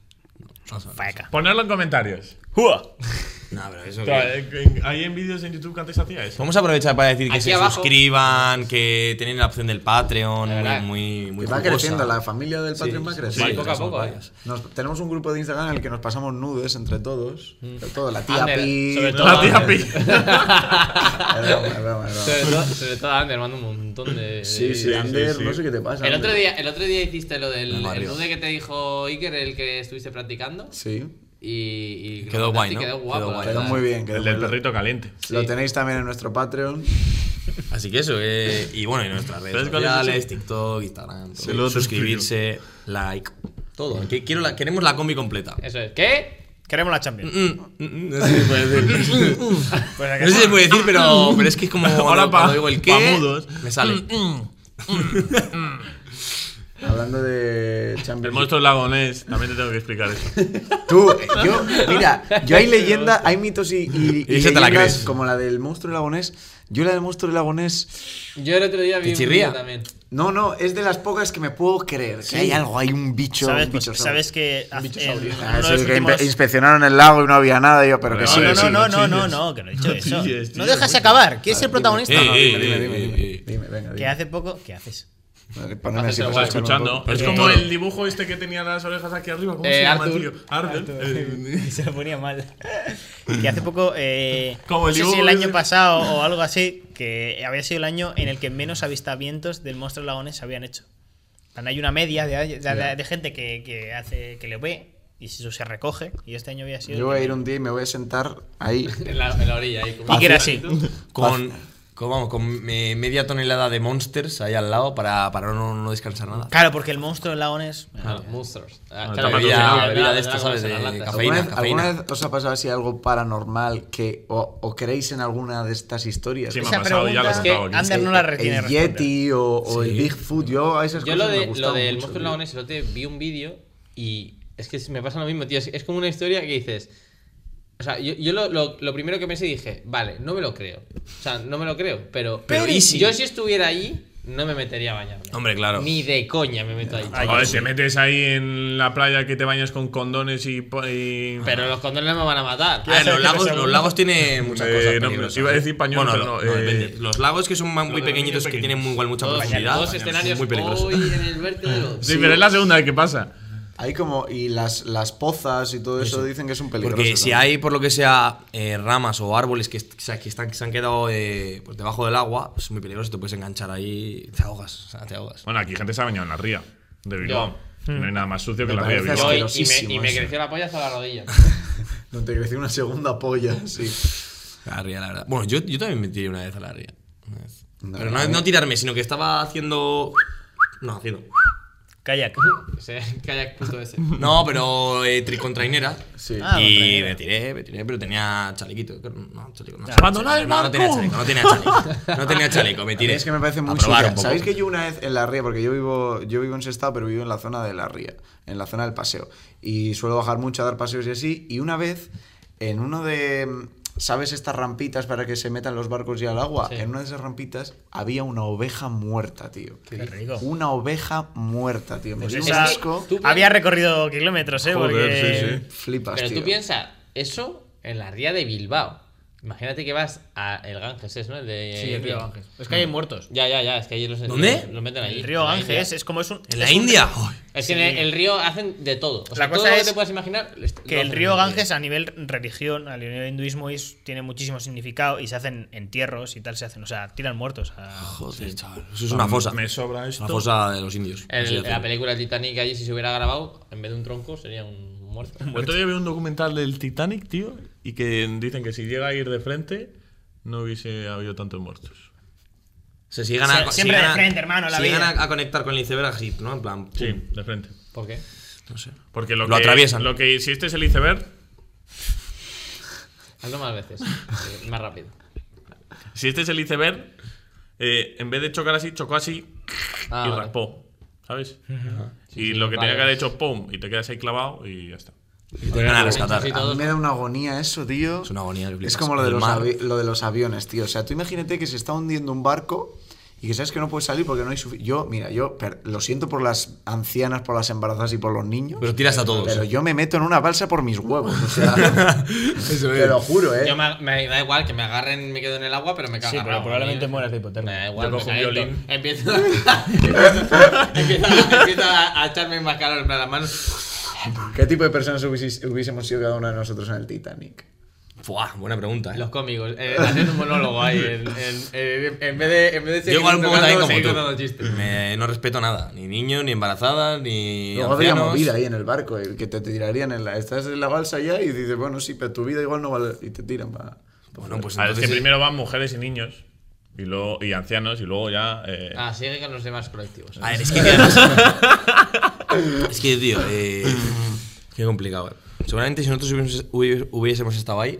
Speaker 5: No, no, no.
Speaker 4: Faeca.
Speaker 3: Ponedlo en comentarios.
Speaker 4: ¡Jua!
Speaker 5: No, pero eso
Speaker 3: O
Speaker 5: que-
Speaker 3: sea, en- Hay en vídeos en YouTube que antes hacía eso.
Speaker 5: Vamos a aprovechar para decir que
Speaker 6: Aquí
Speaker 5: se
Speaker 6: abajo.
Speaker 5: suscriban, que tienen la opción del Patreon,
Speaker 6: De
Speaker 5: muy,
Speaker 6: verdad.
Speaker 5: muy, muy
Speaker 1: Y va
Speaker 5: jugosa.
Speaker 1: creciendo, la familia del Patreon va creciendo.
Speaker 6: sí, poco a
Speaker 5: son
Speaker 6: poco,
Speaker 5: varias.
Speaker 1: Nos- tenemos un grupo de Instagram en el que nos pasamos nudes entre todos. Sobre todo la tía
Speaker 6: Ander,
Speaker 1: Pi.
Speaker 6: Mm. Ah, sobre todo
Speaker 3: La tía
Speaker 6: Ander.
Speaker 3: Pi.
Speaker 1: Es broma, es broma, es broma.
Speaker 6: Sobre todo, sobre todo a Ander, mando un montón de. de-
Speaker 1: Sí, sí,
Speaker 3: sí,
Speaker 1: Ander,
Speaker 3: sí.
Speaker 1: no sé qué te pasa.
Speaker 6: El
Speaker 1: Ander.
Speaker 6: otro, día, el otro día hiciste lo del
Speaker 5: Me
Speaker 6: el
Speaker 5: barrio.
Speaker 6: nude que te dijo Iker, el que estuviste practicando.
Speaker 1: Sí.
Speaker 6: Y, y
Speaker 5: Quedó
Speaker 6: lo mandaste
Speaker 5: guay,
Speaker 6: y
Speaker 5: ¿no?
Speaker 6: Quedó guapo.
Speaker 5: Quedó
Speaker 6: la
Speaker 5: guay.
Speaker 1: Quedó
Speaker 6: verdad.
Speaker 1: muy bien. quedó
Speaker 3: El
Speaker 1: muy
Speaker 3: del
Speaker 1: bien.
Speaker 3: perrito caliente.
Speaker 1: Lo
Speaker 6: Sí.
Speaker 1: tenéis también en nuestro Patreon.
Speaker 5: Así que eso, eh, y bueno, y nuestras redes
Speaker 3: ¿Sabes cuál es
Speaker 5: sociales,
Speaker 3: eso?
Speaker 5: TikTok, Instagram, todo.
Speaker 3: Sí, luego te
Speaker 5: suscribirse, like, todo. Que quiero la, queremos la combi completa.
Speaker 6: Eso es. ¿Qué?
Speaker 4: Queremos la Champions.
Speaker 5: Mm, mm, No sé si se puede decir,
Speaker 4: Pues acá-
Speaker 5: No sé si se puede decir, pero, pero es que es como
Speaker 3: Ahora
Speaker 5: cuando,
Speaker 3: pa-
Speaker 5: cuando digo el
Speaker 3: pa'
Speaker 5: qué,
Speaker 3: mudos.
Speaker 5: me sale.
Speaker 1: Hablando de Champions.
Speaker 3: El monstruo lagonés, también te tengo que explicar eso.
Speaker 1: Tú, eh, yo, mira, yo hay leyendas, hay mitos y, y,
Speaker 5: Y esa te la
Speaker 1: leyendas
Speaker 5: crees.
Speaker 1: como la del monstruo lagonés. Yo la del monstruo lagonés.
Speaker 6: Yo el otro día vi
Speaker 5: ¿Te
Speaker 6: un
Speaker 5: chirría?
Speaker 6: vídeo también.
Speaker 1: No, no, es de las pocas que me puedo creer. Que hay algo, hay un bicho.
Speaker 4: ¿Sabes,
Speaker 1: un bichosaurio.
Speaker 4: sabes que hace- en
Speaker 1: Ah,
Speaker 4: uno de
Speaker 1: sí,
Speaker 4: los
Speaker 1: que
Speaker 4: últimos-
Speaker 1: inspe- inspeccionaron el lago y no había nada, yo, pero que
Speaker 3: Vale,
Speaker 1: sí.
Speaker 3: vale,
Speaker 1: sí.
Speaker 4: No, no, no, no,
Speaker 3: no
Speaker 4: no,
Speaker 3: chilles.
Speaker 4: no, que no he dicho
Speaker 3: No
Speaker 4: eso.
Speaker 3: chilles, tío.
Speaker 4: No dejas acabar. ¿Quieres ser protagonista?
Speaker 1: No, no,
Speaker 5: Eh,
Speaker 1: dime, dime, dime,
Speaker 5: eh,
Speaker 1: dime,
Speaker 5: eh,
Speaker 1: dime, venga,
Speaker 4: ¿Qué
Speaker 1: dime.
Speaker 4: hace poco? ¿Qué haces?
Speaker 1: Vale, poneme así
Speaker 6: Haces
Speaker 3: Estaba
Speaker 1: para
Speaker 6: el guay,
Speaker 1: escucharme un
Speaker 3: escuchando.
Speaker 1: poco.
Speaker 3: Es
Speaker 4: Eh,
Speaker 3: como
Speaker 4: todo.
Speaker 3: el dibujo este que tenía las orejas aquí arriba. ¿Cómo se
Speaker 6: Eh,
Speaker 3: llama,
Speaker 6: Arthur.
Speaker 3: tío? Arthur. Eh,
Speaker 4: Se lo ponía mal. Que hace poco, eh,
Speaker 3: Como
Speaker 4: no
Speaker 3: el
Speaker 4: sé si
Speaker 3: dibujo
Speaker 4: el año
Speaker 3: ese.
Speaker 4: pasado o algo así, que había sido el año en el que menos avistamientos del monstruo lagones se habían hecho. Tan hay una media de, de- de- de gente que, que hace que le ve y eso se recoge y este año había sido.
Speaker 1: Yo voy a ir un día y me voy a sentar ahí.
Speaker 6: En la, en la orilla ahí. como-
Speaker 4: Y que era así.
Speaker 5: Con, con, vamos, con eh, media tonelada de monsters ahí al lado para, para no, no descansar nada.
Speaker 4: Claro, porque el monstruo lagones.
Speaker 6: Claro, Monsters. Ah,
Speaker 3: Ah,
Speaker 6: claro,
Speaker 3: bebida-
Speaker 6: patrocinado,
Speaker 5: bebida
Speaker 6: ¿verdad?
Speaker 5: de esta,
Speaker 6: ¿verdad?
Speaker 5: ¿sabes?
Speaker 6: Como
Speaker 5: De
Speaker 6: las latas.
Speaker 5: café.
Speaker 1: ¿Alguna,
Speaker 5: Cafeína,
Speaker 1: vez, alguna
Speaker 5: cafeína.
Speaker 1: vez os ha pasado así algo paranormal que o, o creéis en alguna de estas historias?
Speaker 3: Sí,
Speaker 1: Que
Speaker 3: me
Speaker 1: es
Speaker 3: ha
Speaker 4: Esa
Speaker 3: pasado, ya lo he
Speaker 4: pregunta
Speaker 3: contado aquí.
Speaker 4: Ander no la retiene.
Speaker 1: el
Speaker 4: responder.
Speaker 1: Yeti o, o el Bigfoot, yo a esas
Speaker 6: Yo
Speaker 1: cosas
Speaker 6: lo,
Speaker 1: me
Speaker 6: de, lo
Speaker 1: gustaban
Speaker 6: del
Speaker 1: mucho,
Speaker 6: monstruo
Speaker 1: tío.
Speaker 6: lagones, el otro día vi un vídeo y es que me pasa lo mismo, tío. Es, es como una historia que dices. O sea, yo, yo lo, lo- lo primero que pensé dije, vale, no me lo creo. O sea, no me lo creo, pero.
Speaker 5: Pero, ¿y si?
Speaker 6: Yo si estuviera ahí, no me metería a bañarme.
Speaker 5: Hombre, claro.
Speaker 6: Ni de coña me meto ahí.
Speaker 4: Ay,
Speaker 6: chaval.
Speaker 3: Joder, te metes ahí en la playa que te bañas con condones y. po- y-
Speaker 6: pero los condones me van a matar.
Speaker 5: Ah, los,
Speaker 4: que
Speaker 5: lagos,
Speaker 4: pesa
Speaker 5: los
Speaker 4: un-
Speaker 5: lagos tienen muchas cosas.
Speaker 3: Eh, no,
Speaker 5: peligrosas.
Speaker 3: iba a decir pañuelo,
Speaker 5: Bueno,
Speaker 3: pero
Speaker 5: lo-
Speaker 3: no,
Speaker 5: no, depende.
Speaker 3: eh,
Speaker 5: los lagos que son ma- muy
Speaker 3: los de
Speaker 5: pequeñitos, que
Speaker 3: pequeños.
Speaker 5: tienen muy, igual mucha
Speaker 6: Todos-
Speaker 5: profundidad.
Speaker 6: Dos
Speaker 5: son
Speaker 6: escenarios
Speaker 5: muy peligrosos.
Speaker 6: hoy en el vértigo.
Speaker 3: sí, pero es la segunda vez que pasa.
Speaker 1: Hay como, y las, las pozas y todo eso, dicen que es un peligro.
Speaker 5: Porque si hay, por lo que sea, eh, ramas o árboles que, est- o sea, que están, que se han quedado eh, pues debajo del agua, pues es muy peligroso. Te puedes enganchar ahí y te ahogas. O sea, te ahogas.
Speaker 3: Bueno, aquí gente se ha bañado en la ría de Bilbao. No hay nada más sucio que
Speaker 1: Me
Speaker 3: la ría de
Speaker 1: parece
Speaker 3: Bilbao.
Speaker 6: Yo, y- y, me, y
Speaker 1: asquerosísimo
Speaker 6: me
Speaker 1: eso.
Speaker 6: creció la polla hasta la rodilla.
Speaker 1: No te creció una segunda polla, sí.
Speaker 5: La ría, la verdad. Bueno, yo, yo también me tiré una vez a la ría. Una vez.
Speaker 1: No,
Speaker 5: Pero
Speaker 1: a
Speaker 5: no,
Speaker 1: mí-
Speaker 5: no tirarme, sino que estaba haciendo. No, haciendo.
Speaker 4: Kayak.
Speaker 6: Ese kayak puto ese.
Speaker 5: No, pero eh, tri- con trainera.
Speaker 1: Sí.
Speaker 4: Ah, con
Speaker 5: y
Speaker 4: trainera.
Speaker 5: me tiré, me tiré, pero tenía chalequito. creo- No, chaleco, no.
Speaker 3: ¡Abandonad el
Speaker 5: No, no tenía
Speaker 3: barco!
Speaker 5: chaleco, no tenía chaleco. No tenía chaleco, me tiré.
Speaker 1: Es que me parece
Speaker 5: A
Speaker 1: muy
Speaker 5: probar
Speaker 1: sucia.
Speaker 5: un poco.
Speaker 1: ¿Sabéis que yo una vez en la ría, porque yo vivo, yo vivo en Sestao, pero vivo en la zona de la ría, en la zona del paseo. Y suelo bajar mucho a dar paseos y así. Y una vez, en uno de. ¿Sabes estas rampitas para que se metan los barcos y al agua?
Speaker 6: Sí.
Speaker 1: En una de esas rampitas había una oveja muerta, tío.
Speaker 4: Qué rico.
Speaker 1: Una oveja muerta, tío. Me
Speaker 4: Pues
Speaker 1: dio un
Speaker 4: esa-
Speaker 1: asco.
Speaker 6: tú-
Speaker 4: Había recorrido kilómetros, ¿eh?
Speaker 3: Joder,
Speaker 4: porque...
Speaker 3: sí,
Speaker 1: Flipas,
Speaker 6: Pero
Speaker 1: tío.
Speaker 6: tú piensas, eso en la ría de Bilbao. Imagínate que vas a el Ganges, ¿es, ¿no? El de
Speaker 7: Sí, el río
Speaker 6: India.
Speaker 7: Ganges. Es que
Speaker 4: Mm.
Speaker 7: hay muertos.
Speaker 6: Ya, ya, ya, es que allí los
Speaker 5: ¿Dónde?
Speaker 6: los meten allí.
Speaker 4: El río
Speaker 6: en la India.
Speaker 4: Ganges es como es un.
Speaker 5: ¿En la
Speaker 4: es un
Speaker 5: India?
Speaker 4: río
Speaker 5: Ay,
Speaker 6: Es que en el, el río hacen de todo. O sea,
Speaker 4: La cosa
Speaker 6: todo lo que
Speaker 4: es
Speaker 6: te puedas imaginar. est-
Speaker 4: Que
Speaker 6: lo
Speaker 4: el
Speaker 6: hacen
Speaker 4: río
Speaker 6: en la
Speaker 4: Ganges
Speaker 6: India.
Speaker 4: a nivel religión, a nivel hinduismo, es- tiene muchísimo significado y se hacen entierros y tal, se hacen, o sea, tiran muertos. a-
Speaker 5: Joder, chaval. Eso es una fosa.
Speaker 3: Me sobra
Speaker 5: Es una
Speaker 3: esto.
Speaker 5: fosa de los indios.
Speaker 6: En
Speaker 5: Así de
Speaker 6: el- en la
Speaker 5: feo.
Speaker 6: película Titanic, allí, si se hubiera grabado, en vez de un tronco, sería un muerto.
Speaker 3: El otro día vi un documental del Titanic, tío, y que dicen que si llega a ir de frente, no hubiese habido tantos muertos.
Speaker 5: O sea, si llegan
Speaker 4: O sea,
Speaker 5: a,
Speaker 4: siempre
Speaker 5: si
Speaker 4: de
Speaker 5: llegan a-
Speaker 4: frente, hermano, la
Speaker 5: si
Speaker 4: vida.
Speaker 5: llegan a, a conectar con el iceberg así, ¿no? En plan, pum,
Speaker 3: Sí, de frente.
Speaker 6: ¿Por qué?
Speaker 5: Uh. no sé.
Speaker 3: Porque lo,
Speaker 5: Lo
Speaker 3: que,
Speaker 5: atraviesan.
Speaker 3: Lo que, si este es el iceberg,
Speaker 6: Hazlo más veces. sí, más rápido.
Speaker 3: si este es el iceberg, eh, en vez de chocar así, chocó así
Speaker 6: Ah,
Speaker 3: y
Speaker 6: vale.
Speaker 3: raspó, ¿sabes?
Speaker 6: Sí,
Speaker 3: y
Speaker 6: sí,
Speaker 3: lo que tenía
Speaker 6: vale.
Speaker 3: que haber hecho, pum, y te quedas ahí clavado y ya está.
Speaker 1: Pues
Speaker 5: Y te llegan a rescatar.
Speaker 6: Sí,
Speaker 1: A mí
Speaker 6: todos-
Speaker 1: me da una agonía eso, tío.
Speaker 5: Es una agonía que flipas.
Speaker 1: Es como lo de,
Speaker 5: El
Speaker 1: los
Speaker 5: mar.
Speaker 1: avi- lo de los aviones, tío. O sea, tú imagínate que se está hundiendo un barco y que sabes que no puedes salir porque no hay suficiente. Yo, mira, yo per- lo siento por las ancianas, por las embarazadas y por los niños.
Speaker 5: Pero tiras a todos.
Speaker 1: Pero yo me meto en una balsa por mis huevos. O sea,
Speaker 5: Eso
Speaker 1: te lo juro, ¿eh?
Speaker 6: Yo me, me da igual que me agarren, me quedo en el agua, pero me cago
Speaker 7: Sí, pero
Speaker 6: agarrado.
Speaker 7: probablemente
Speaker 6: A mí-
Speaker 7: mueras de
Speaker 6: Me
Speaker 7: hipotermia.
Speaker 6: da igual,
Speaker 3: Yo
Speaker 6: me
Speaker 3: cojo un
Speaker 6: caliento.
Speaker 3: violín.
Speaker 6: Empiezo, empiezo, empiezo- empiezo a, a echarme más calor en plan, las manos.
Speaker 1: ¿Qué tipo de personas hubiesi- hubiésemos sido cada uno de nosotros en el Titanic?
Speaker 5: Buah, buena pregunta, ¿eh?
Speaker 6: Los cómicos. eh, hacer un monólogo ahí. En, en- en- en vez de, en vez de
Speaker 5: Yo igual un poco también
Speaker 6: tocando,
Speaker 5: como
Speaker 6: seguir contando
Speaker 5: tú.
Speaker 6: chistes.
Speaker 5: Me- no respeto nada. Ni niños, ni embarazadas, ni
Speaker 1: Luego habría
Speaker 5: ancianos.
Speaker 1: movida ahí en el barco, eh, que te tirarían en la. Estás en la balsa ya y dices, bueno, sí, pero tu vida igual no vale. Y te tiran para.
Speaker 5: Bueno, pues
Speaker 3: A ver, es
Speaker 5: entonces...
Speaker 3: que primero van mujeres y niños, y, luego, y ancianos, y luego ya... eh,
Speaker 6: Ah, sigue con los demás colectivos.
Speaker 5: eh, A ver, es que... tío, es que, tío, eh... Qué complicado, eh. Seguramente si nosotros hubiésemos, hubi- hubiésemos estado ahí,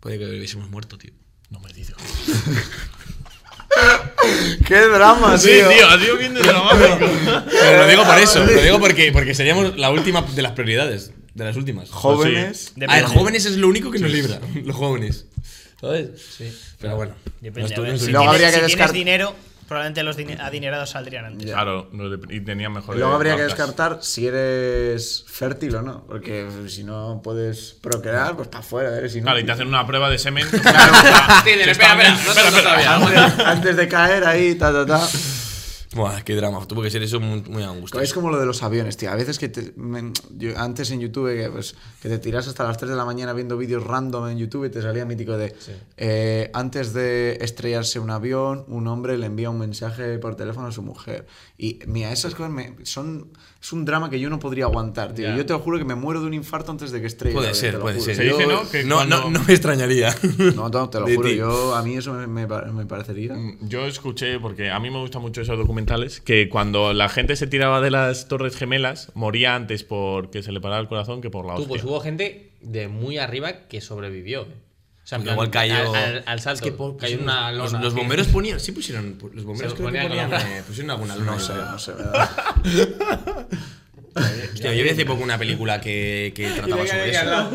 Speaker 5: puede que hubiésemos muerto, tío.
Speaker 3: No me digas.
Speaker 1: ¡Qué drama,
Speaker 3: Sí, tío, ha sido bien de dramático.
Speaker 5: Pero lo digo por eso, lo digo porque, porque seríamos la última de las prioridades, de las últimas.
Speaker 1: Jóvenes.
Speaker 5: A ver,
Speaker 4: Depende.
Speaker 5: jóvenes es lo único que nos libra, los jóvenes. ¿Sabes? Sí. Pero bueno.
Speaker 4: Depende,
Speaker 5: no
Speaker 4: a
Speaker 5: estoy-
Speaker 4: ver,
Speaker 5: no
Speaker 4: si
Speaker 5: estoy-
Speaker 1: luego
Speaker 4: tienes-
Speaker 1: habría que
Speaker 4: si tienes
Speaker 1: descart-
Speaker 4: dinero, probablemente los dine- adinerados saldrían antes.
Speaker 1: Ya.
Speaker 3: Claro, no de- y tenía mejor.
Speaker 1: Luego habría que descartar si eres fértil o no, porque si no puedes procrear, pues para afuera, eres inútil.
Speaker 3: Claro, y te hacen una prueba de semen.
Speaker 6: Sí, de-
Speaker 3: Se
Speaker 6: espera,
Speaker 3: están-
Speaker 6: espera, no te- no todavía.
Speaker 1: Antes- Antes de caer ahí, ta, ta, ta.
Speaker 5: Buah, qué drama. Tuvo que ser eso muy, muy angustioso.
Speaker 1: Es como lo de los aviones, tío. A veces que te- me- yo antes en YouTube, que, pues, que te tiras hasta las 3 de la mañana viendo vídeos random en YouTube y te salía mítico de... eh, antes de estrellarse un avión, un hombre le envía un mensaje por teléfono a su mujer. Y mira, esas cosas me- son... Es un drama que yo no podría aguantar, tío.
Speaker 6: Ya.
Speaker 1: Yo te lo juro que me muero de un infarto antes de que estrelle. el
Speaker 5: Puede
Speaker 1: avión, te
Speaker 5: ser,
Speaker 1: lo
Speaker 5: puede
Speaker 1: juro.
Speaker 5: ser.
Speaker 3: Se dice, ¿no? Que
Speaker 5: no,
Speaker 3: cuando-
Speaker 5: no, no me extrañaría.
Speaker 1: No, no, te lo
Speaker 5: De
Speaker 1: juro.
Speaker 5: ti. Mm.
Speaker 1: Yo, a mí eso me, me pa- me parecería...
Speaker 3: Mm, Yo escuché, porque a mí me gustan mucho esos documentales, que cuando la gente se tiraba de las Torres Gemelas, moría antes porque se le paraba el corazón que por la
Speaker 6: Tú, pues
Speaker 3: hostia.
Speaker 6: hubo gente de muy arriba que sobrevivió. eh. O sea, en plan,
Speaker 5: Igual cayó.
Speaker 6: Al, al- al salto.
Speaker 5: Es que por-
Speaker 6: cayó
Speaker 5: pusieron-
Speaker 6: una
Speaker 5: los,
Speaker 6: lona.
Speaker 5: los bomberos ponían. Sí, pusieron. Los bomberos
Speaker 6: Se
Speaker 5: creo que
Speaker 6: ponían con
Speaker 5: ponían,
Speaker 6: la-
Speaker 5: eh, pusieron alguna luna.
Speaker 1: No
Speaker 5: ahí.
Speaker 1: sé, no sé. me da-
Speaker 5: Hostia, yo vi hace poco una película que, que trataba sobre eso.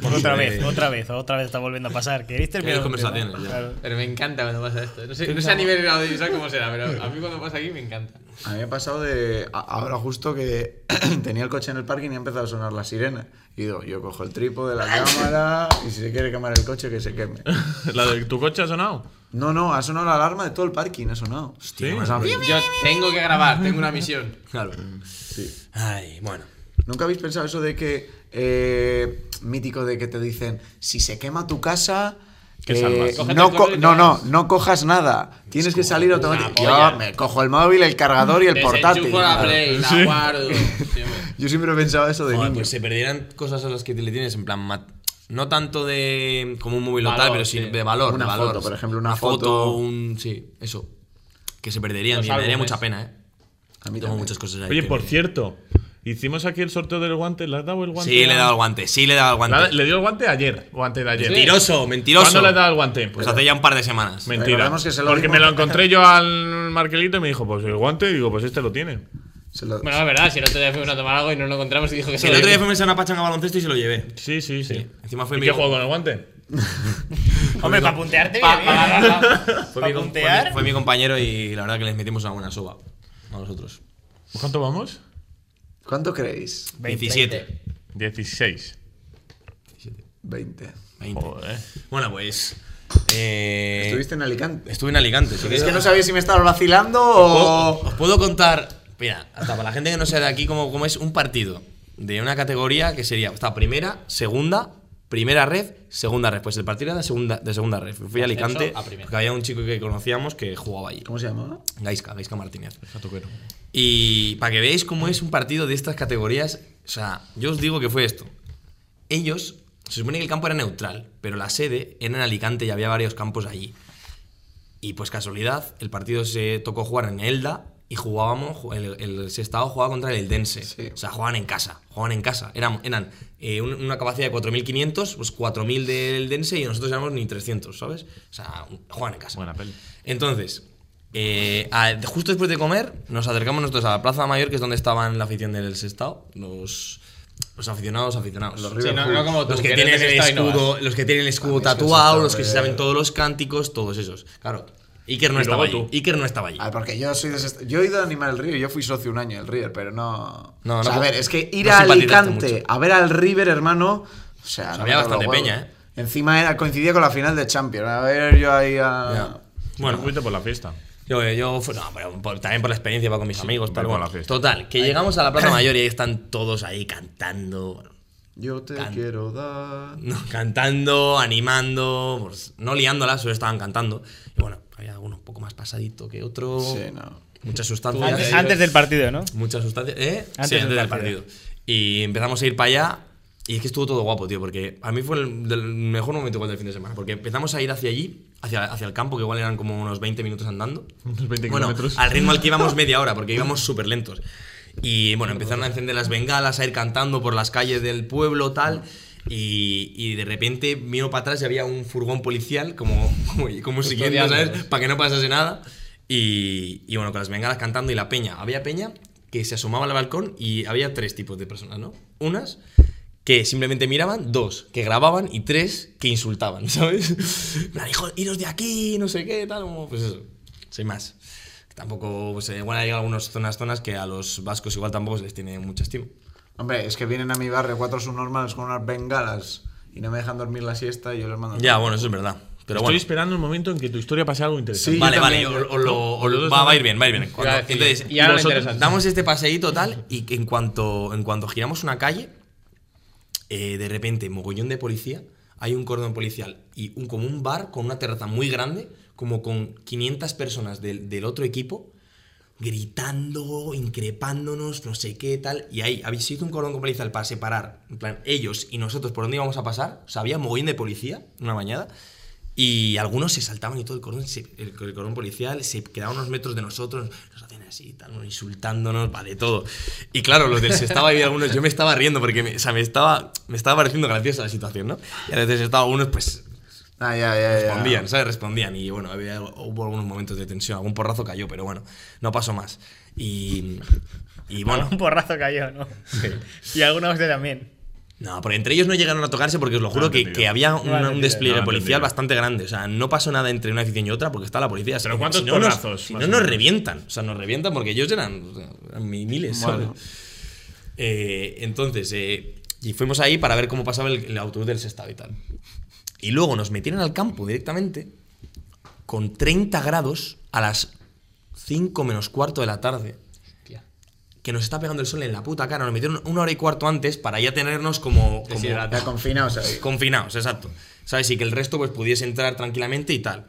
Speaker 4: Por otra
Speaker 5: Sí.
Speaker 4: vez, otra vez, otra vez está volviendo a pasar. ¿Queréis terminar?
Speaker 5: Queréis
Speaker 4: un tema?
Speaker 5: conversaciones, ya.
Speaker 4: Claro.
Speaker 6: Pero me encanta cuando pasa esto. No sé, no sé a nivel audiovisual cómo será, pero a mí cuando pasa aquí me encanta.
Speaker 1: A mí me ha pasado de. a- ahora justo que tenía el coche en el parking y ha empezado a sonar la sirena. Y digo, yo cojo el trípode, la cámara. Y si se quiere quemar el coche, que se queme.
Speaker 3: ¿La de tu coche ha sonado?
Speaker 1: No, no, ha sonado la alarma de todo el parking, ha sonado.
Speaker 5: Hostia,
Speaker 3: Sí.
Speaker 5: más abre.
Speaker 6: Yo tengo que grabar, tengo una misión.
Speaker 5: Claro. Ay, bueno.
Speaker 1: ¿Nunca habéis pensado eso de que. eh, mítico de que te dicen, si se quema tu casa.
Speaker 3: Que
Speaker 1: eh,
Speaker 3: salvas.
Speaker 6: Cógete
Speaker 1: no,
Speaker 6: el
Speaker 1: co-
Speaker 6: coche y
Speaker 1: no,
Speaker 6: te
Speaker 1: no,
Speaker 6: vas.
Speaker 1: no cojas nada. Tienes que salir automáticamente.
Speaker 6: polla.
Speaker 1: Yo me cojo el móvil, el cargador y el portátil.
Speaker 6: Desenchufo la
Speaker 1: Claro.
Speaker 6: Play, la
Speaker 3: Sí.
Speaker 6: guardo. Sí, hombre.
Speaker 1: Yo siempre he pensado eso de
Speaker 5: Joder,
Speaker 1: niño.
Speaker 5: pues se perdieran cosas a las que le tienes en plan mat- no tanto de como un móvil o
Speaker 6: Valor,
Speaker 5: tal, pero sí,
Speaker 6: sí.
Speaker 5: de valor,
Speaker 1: Una
Speaker 5: de valor.
Speaker 1: foto, por ejemplo, una foto.
Speaker 5: foto, un sí, eso. Que se perderían
Speaker 6: Los
Speaker 5: y me daría
Speaker 6: álbumes.
Speaker 5: mucha pena, eh.
Speaker 1: A mí
Speaker 5: Tengo
Speaker 1: también.
Speaker 5: muchas cosas ahí.
Speaker 3: Oye,
Speaker 5: que
Speaker 3: por
Speaker 5: me-
Speaker 3: cierto, hicimos aquí el sorteo del guante. ¿Le has dado el guante?
Speaker 5: Sí, le he dado el guante, sí le he dado el
Speaker 3: La-
Speaker 5: guante.
Speaker 3: Le dio el guante ayer o antes de ayer.
Speaker 5: Mentiroso, mentiroso.
Speaker 3: ¿Cuándo le he dado el guante?
Speaker 5: Pues hace ya un par de semanas.
Speaker 3: Mentira.
Speaker 1: Recordemos que se lo
Speaker 3: Porque
Speaker 1: dimos-
Speaker 3: me lo encontré yo al Marquelito y me dijo, pues el guante, y digo, pues este lo tiene.
Speaker 1: Se lo-
Speaker 6: Bueno, la verdad, si el otro día fuimos a tomar algo y no lo encontramos y dijo que
Speaker 5: Sí, el otro día fuimos a una pachanga baloncesto y se lo llevé.
Speaker 3: Sí, sí, sí.
Speaker 5: Encima fue
Speaker 3: ¿Y
Speaker 5: mi-
Speaker 3: qué juego con el guante?
Speaker 4: Hombre, para puntearte bien.
Speaker 6: Pa- pa- pa-
Speaker 5: Fue mi,
Speaker 6: pa-
Speaker 4: Para
Speaker 5: com- fue mi-
Speaker 4: puntear.
Speaker 5: fue mi compañero y la verdad que les metimos a una soba a nosotros.
Speaker 3: ¿Cuánto vamos?
Speaker 1: ¿Cuánto creéis?
Speaker 5: 17.
Speaker 3: 16.
Speaker 1: 20.
Speaker 5: 20.
Speaker 3: Joder.
Speaker 5: Bueno, pues. eh,
Speaker 1: Estuviste en Alicante.
Speaker 5: Estuve en Alicante. sí
Speaker 1: Es que no sabía si me estabas vacilando o.
Speaker 5: Os, os puedo contar, mira, hasta para la gente que no sea de aquí, cómo, cómo es un partido de una categoría que sería, está primera, segunda, primera red, segunda red. Pues el partido era de segunda, de segunda red. Fui a Alicante,
Speaker 6: a primera.
Speaker 5: porque había un chico que conocíamos que jugaba allí.
Speaker 1: ¿Cómo se llamaba?
Speaker 5: Gaisca, Gaisca Martínez.
Speaker 3: A toquero.
Speaker 5: Y para que veáis cómo es un partido de estas categorías, o sea, yo os digo que fue esto. Ellos, se supone que el campo era neutral, pero la sede era en Alicante y había varios campos allí. Y pues casualidad, el partido se tocó jugar en Elda y jugábamos, ju- el, el Sestao jugaba contra el Eldense.
Speaker 1: Sí.
Speaker 5: O sea, jugaban en casa, jugaban en casa. Eran, eran eh, un- una capacidad de 4.500, pues 4.000 del Eldense y nosotros éramos ni 300, ¿sabes? O sea, un- jugaban en casa.
Speaker 3: Buena peli.
Speaker 5: Entonces, eh, a- justo después de comer, nos acercamos nosotros a la Plaza Mayor, que es donde estaban la afición del Sestao, los, los aficionados, aficionados.
Speaker 1: Los
Speaker 6: Sí, no, no como tú,
Speaker 5: Los que,
Speaker 6: que
Speaker 5: tienen
Speaker 6: eres
Speaker 5: el
Speaker 6: de esta y no vas.
Speaker 5: escudo, los que tienen el escudo
Speaker 1: es que eso
Speaker 5: tatuado,
Speaker 1: está
Speaker 5: los que se
Speaker 1: de-
Speaker 5: saben todos los cánticos, todos esos. Claro, Iker no
Speaker 3: Y
Speaker 5: estaba
Speaker 3: luego
Speaker 5: allí.
Speaker 3: tú. Ah.
Speaker 5: Iker no estaba allí.
Speaker 1: A ver, Ah, porque yo soy de ese- Yo he ido a Animal River, yo fui socio un año del River, pero no.
Speaker 5: No,
Speaker 1: o sea,
Speaker 5: no-
Speaker 1: a ver, es que ir
Speaker 5: no
Speaker 1: a
Speaker 5: simpatizaste
Speaker 1: Alicante
Speaker 5: mucho.
Speaker 1: a ver al River, hermano. O sea,
Speaker 5: había
Speaker 1: me toca
Speaker 5: bastante
Speaker 1: los huevos.
Speaker 5: peña, ¿eh?
Speaker 1: Encima era, coincidía con la final de Champions. A ver, yo ahí a.
Speaker 5: Ya.
Speaker 3: Bueno,
Speaker 5: Bueno,
Speaker 3: fuiste por la fiesta.
Speaker 5: yo, yo fui- no, pero por- también por la experiencia, va con mis amigos. Tal,
Speaker 3: va con
Speaker 5: bueno.
Speaker 3: la fiesta.
Speaker 5: Total, que llegamos a la Plaza Mayor y ahí están todos ahí cantando. bueno,
Speaker 1: Yo te
Speaker 5: Can-
Speaker 1: quiero dar.
Speaker 5: No, cantando, animando, pues, no liándola, solo estaban cantando. Y bueno, había alguno un poco más pasadito que otro.
Speaker 1: Sí, no.
Speaker 5: Muchas sustancias.
Speaker 4: Antes, antes del partido, ¿no?
Speaker 5: Muchas sustancias. ¿Eh?
Speaker 4: Antes
Speaker 5: sí,
Speaker 4: del
Speaker 5: antes del partido.
Speaker 4: partido.
Speaker 5: Y empezamos a ir para allá. Y es que estuvo todo guapo, tío, porque a mí fue el del mejor momento igual del fin de semana. Porque empezamos a ir hacia allí, hacia, hacia el campo, que igual eran como unos 20 minutos andando.
Speaker 3: Unos 20
Speaker 5: bueno,
Speaker 3: kilómetros.
Speaker 5: Al ritmo al que íbamos media hora, porque íbamos súper lentos. Y bueno, empezaron a encender las bengalas, a ir cantando por las calles del pueblo, tal. Y, y de repente miro para atrás y había un furgón policial como, como, como siguiendo,
Speaker 6: Custodiándonos.
Speaker 5: ¿sabes? para que no pasase nada. Y, y bueno, con las bengalas cantando y la peña. Había peña que se asomaba al balcón y había tres tipos de personas, ¿no? Unas que simplemente miraban, dos que grababan y tres que insultaban, ¿sabes? En plan, hijo, iros de aquí, no sé qué, tal, como, pues eso, sin más. Tampoco, pues eh, igual hay algunas zonas, zonas que a los vascos igual tampoco se les tiene mucha estima.
Speaker 1: Hombre, es que vienen a mi barrio cuatro subnormales con unas bengalas y no me dejan dormir la siesta y yo les mando.
Speaker 5: Ya, bueno, eso es verdad. Pero
Speaker 3: Estoy
Speaker 5: bueno.
Speaker 3: esperando el momento en que tu historia pase algo interesante.
Speaker 1: Sí, yo
Speaker 5: Vale, vale,
Speaker 1: también,
Speaker 5: o-
Speaker 1: yo-
Speaker 5: o lo- o lo-
Speaker 3: Yo
Speaker 5: va,
Speaker 3: también.
Speaker 5: va a ir bien, va a ir bien. Cuando-
Speaker 6: Iba a decir,
Speaker 5: entonces,
Speaker 6: y ahora lo
Speaker 5: nosotros
Speaker 6: interesante.
Speaker 5: damos este paseíto tal y que en cuanto, en cuanto giramos una calle, eh, de repente, mogollón de policía, hay un cordón policial y un, como un bar con una terraza muy grande, como con 500 personas del, del otro equipo, gritando, increpándonos, no sé qué tal. Y ahí habéis sido un cordón policial para separar, en plan, ellos y nosotros por dónde íbamos a pasar. O sea, había mogollón de policía, una mañana. Y algunos se saltaban y todo el cordón, se- el, el cordón policial se quedaba unos metros de nosotros, nos hacían así, tal, ¿no? insultándonos, va de todo. Y claro, los del se estaba había algunos, yo me estaba riendo porque me, o sea, me, estaba, me estaba pareciendo graciosa la situación, ¿no? Y a veces estaba algunos, pues
Speaker 1: Ah, ya, ya, ya.
Speaker 5: respondían, ¿sabes? Respondían. Y bueno, había, hubo algunos momentos de tensión, algún porrazo cayó, pero bueno, no pasó más. Y, y bueno,
Speaker 4: Un porrazo cayó, ¿no? Y alguna usted también.
Speaker 5: No, porque entre ellos no llegaron a tocarse porque os lo juro
Speaker 3: No,
Speaker 5: que,
Speaker 3: Ah, entendido.
Speaker 5: que había un,
Speaker 4: No,
Speaker 5: un
Speaker 4: entendido.
Speaker 5: despliegue
Speaker 3: No,
Speaker 5: policial
Speaker 3: entendido.
Speaker 5: bastante grande. O sea, no pasó nada entre una afición y otra porque está la policía.
Speaker 3: Pero
Speaker 5: Si-
Speaker 3: ¿cuántos
Speaker 5: si no nos-
Speaker 3: porrazos,
Speaker 5: Si
Speaker 3: más
Speaker 5: no
Speaker 3: o
Speaker 5: nos
Speaker 3: menos?
Speaker 5: revientan. O sea, nos revientan porque ellos eran, o sea, eran mi- miles. ¿sabes?
Speaker 1: Bueno.
Speaker 5: Eh, entonces, eh, y fuimos ahí para ver cómo pasaba el, el autobús del sextado y tal. Y luego nos metieron al campo directamente con 30 grados a las 5 menos cuarto de la tarde
Speaker 6: Hostia.
Speaker 5: que nos está pegando el sol en la puta cara. Nos metieron una hora y cuarto antes para ya tenernos como, como
Speaker 1: Ya confinados ahí.
Speaker 5: confinados, exacto. ¿Sabes? Y que el resto pues pudiese entrar tranquilamente y tal.